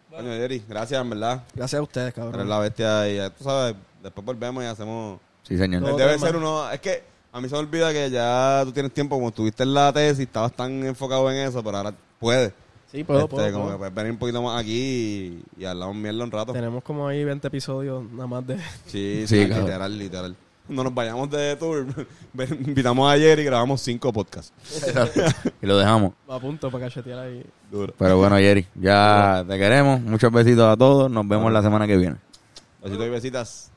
Coño, Jerry, gracias, en verdad. Gracias a ustedes, Eres cabrón. la bestia y ya tú sabes, después volvemos y hacemos. Sí, señor. No. Todo Debe tema. ser uno. Es que a mí se me olvida que ya tú tienes tiempo, como estuviste en la tesis, estabas tan enfocado en eso, pero ahora puedes. Sí, puedo, Este, puedo, como puedo. que puedes venir un poquito más aquí y, y hablamos mierda un rato. Tenemos como ahí 20 episodios nada más de... Sí, Sí, sí, claro. literal, literal. Cuando nos vayamos de tour, ven, invitamos a Jerry y grabamos cinco podcasts. Y lo dejamos. A punto para cachetear ahí. Duro. Pero bueno, Jerry, ya te queremos. Muchos besitos a todos. Nos vemos la semana que viene. Besitos y besitas.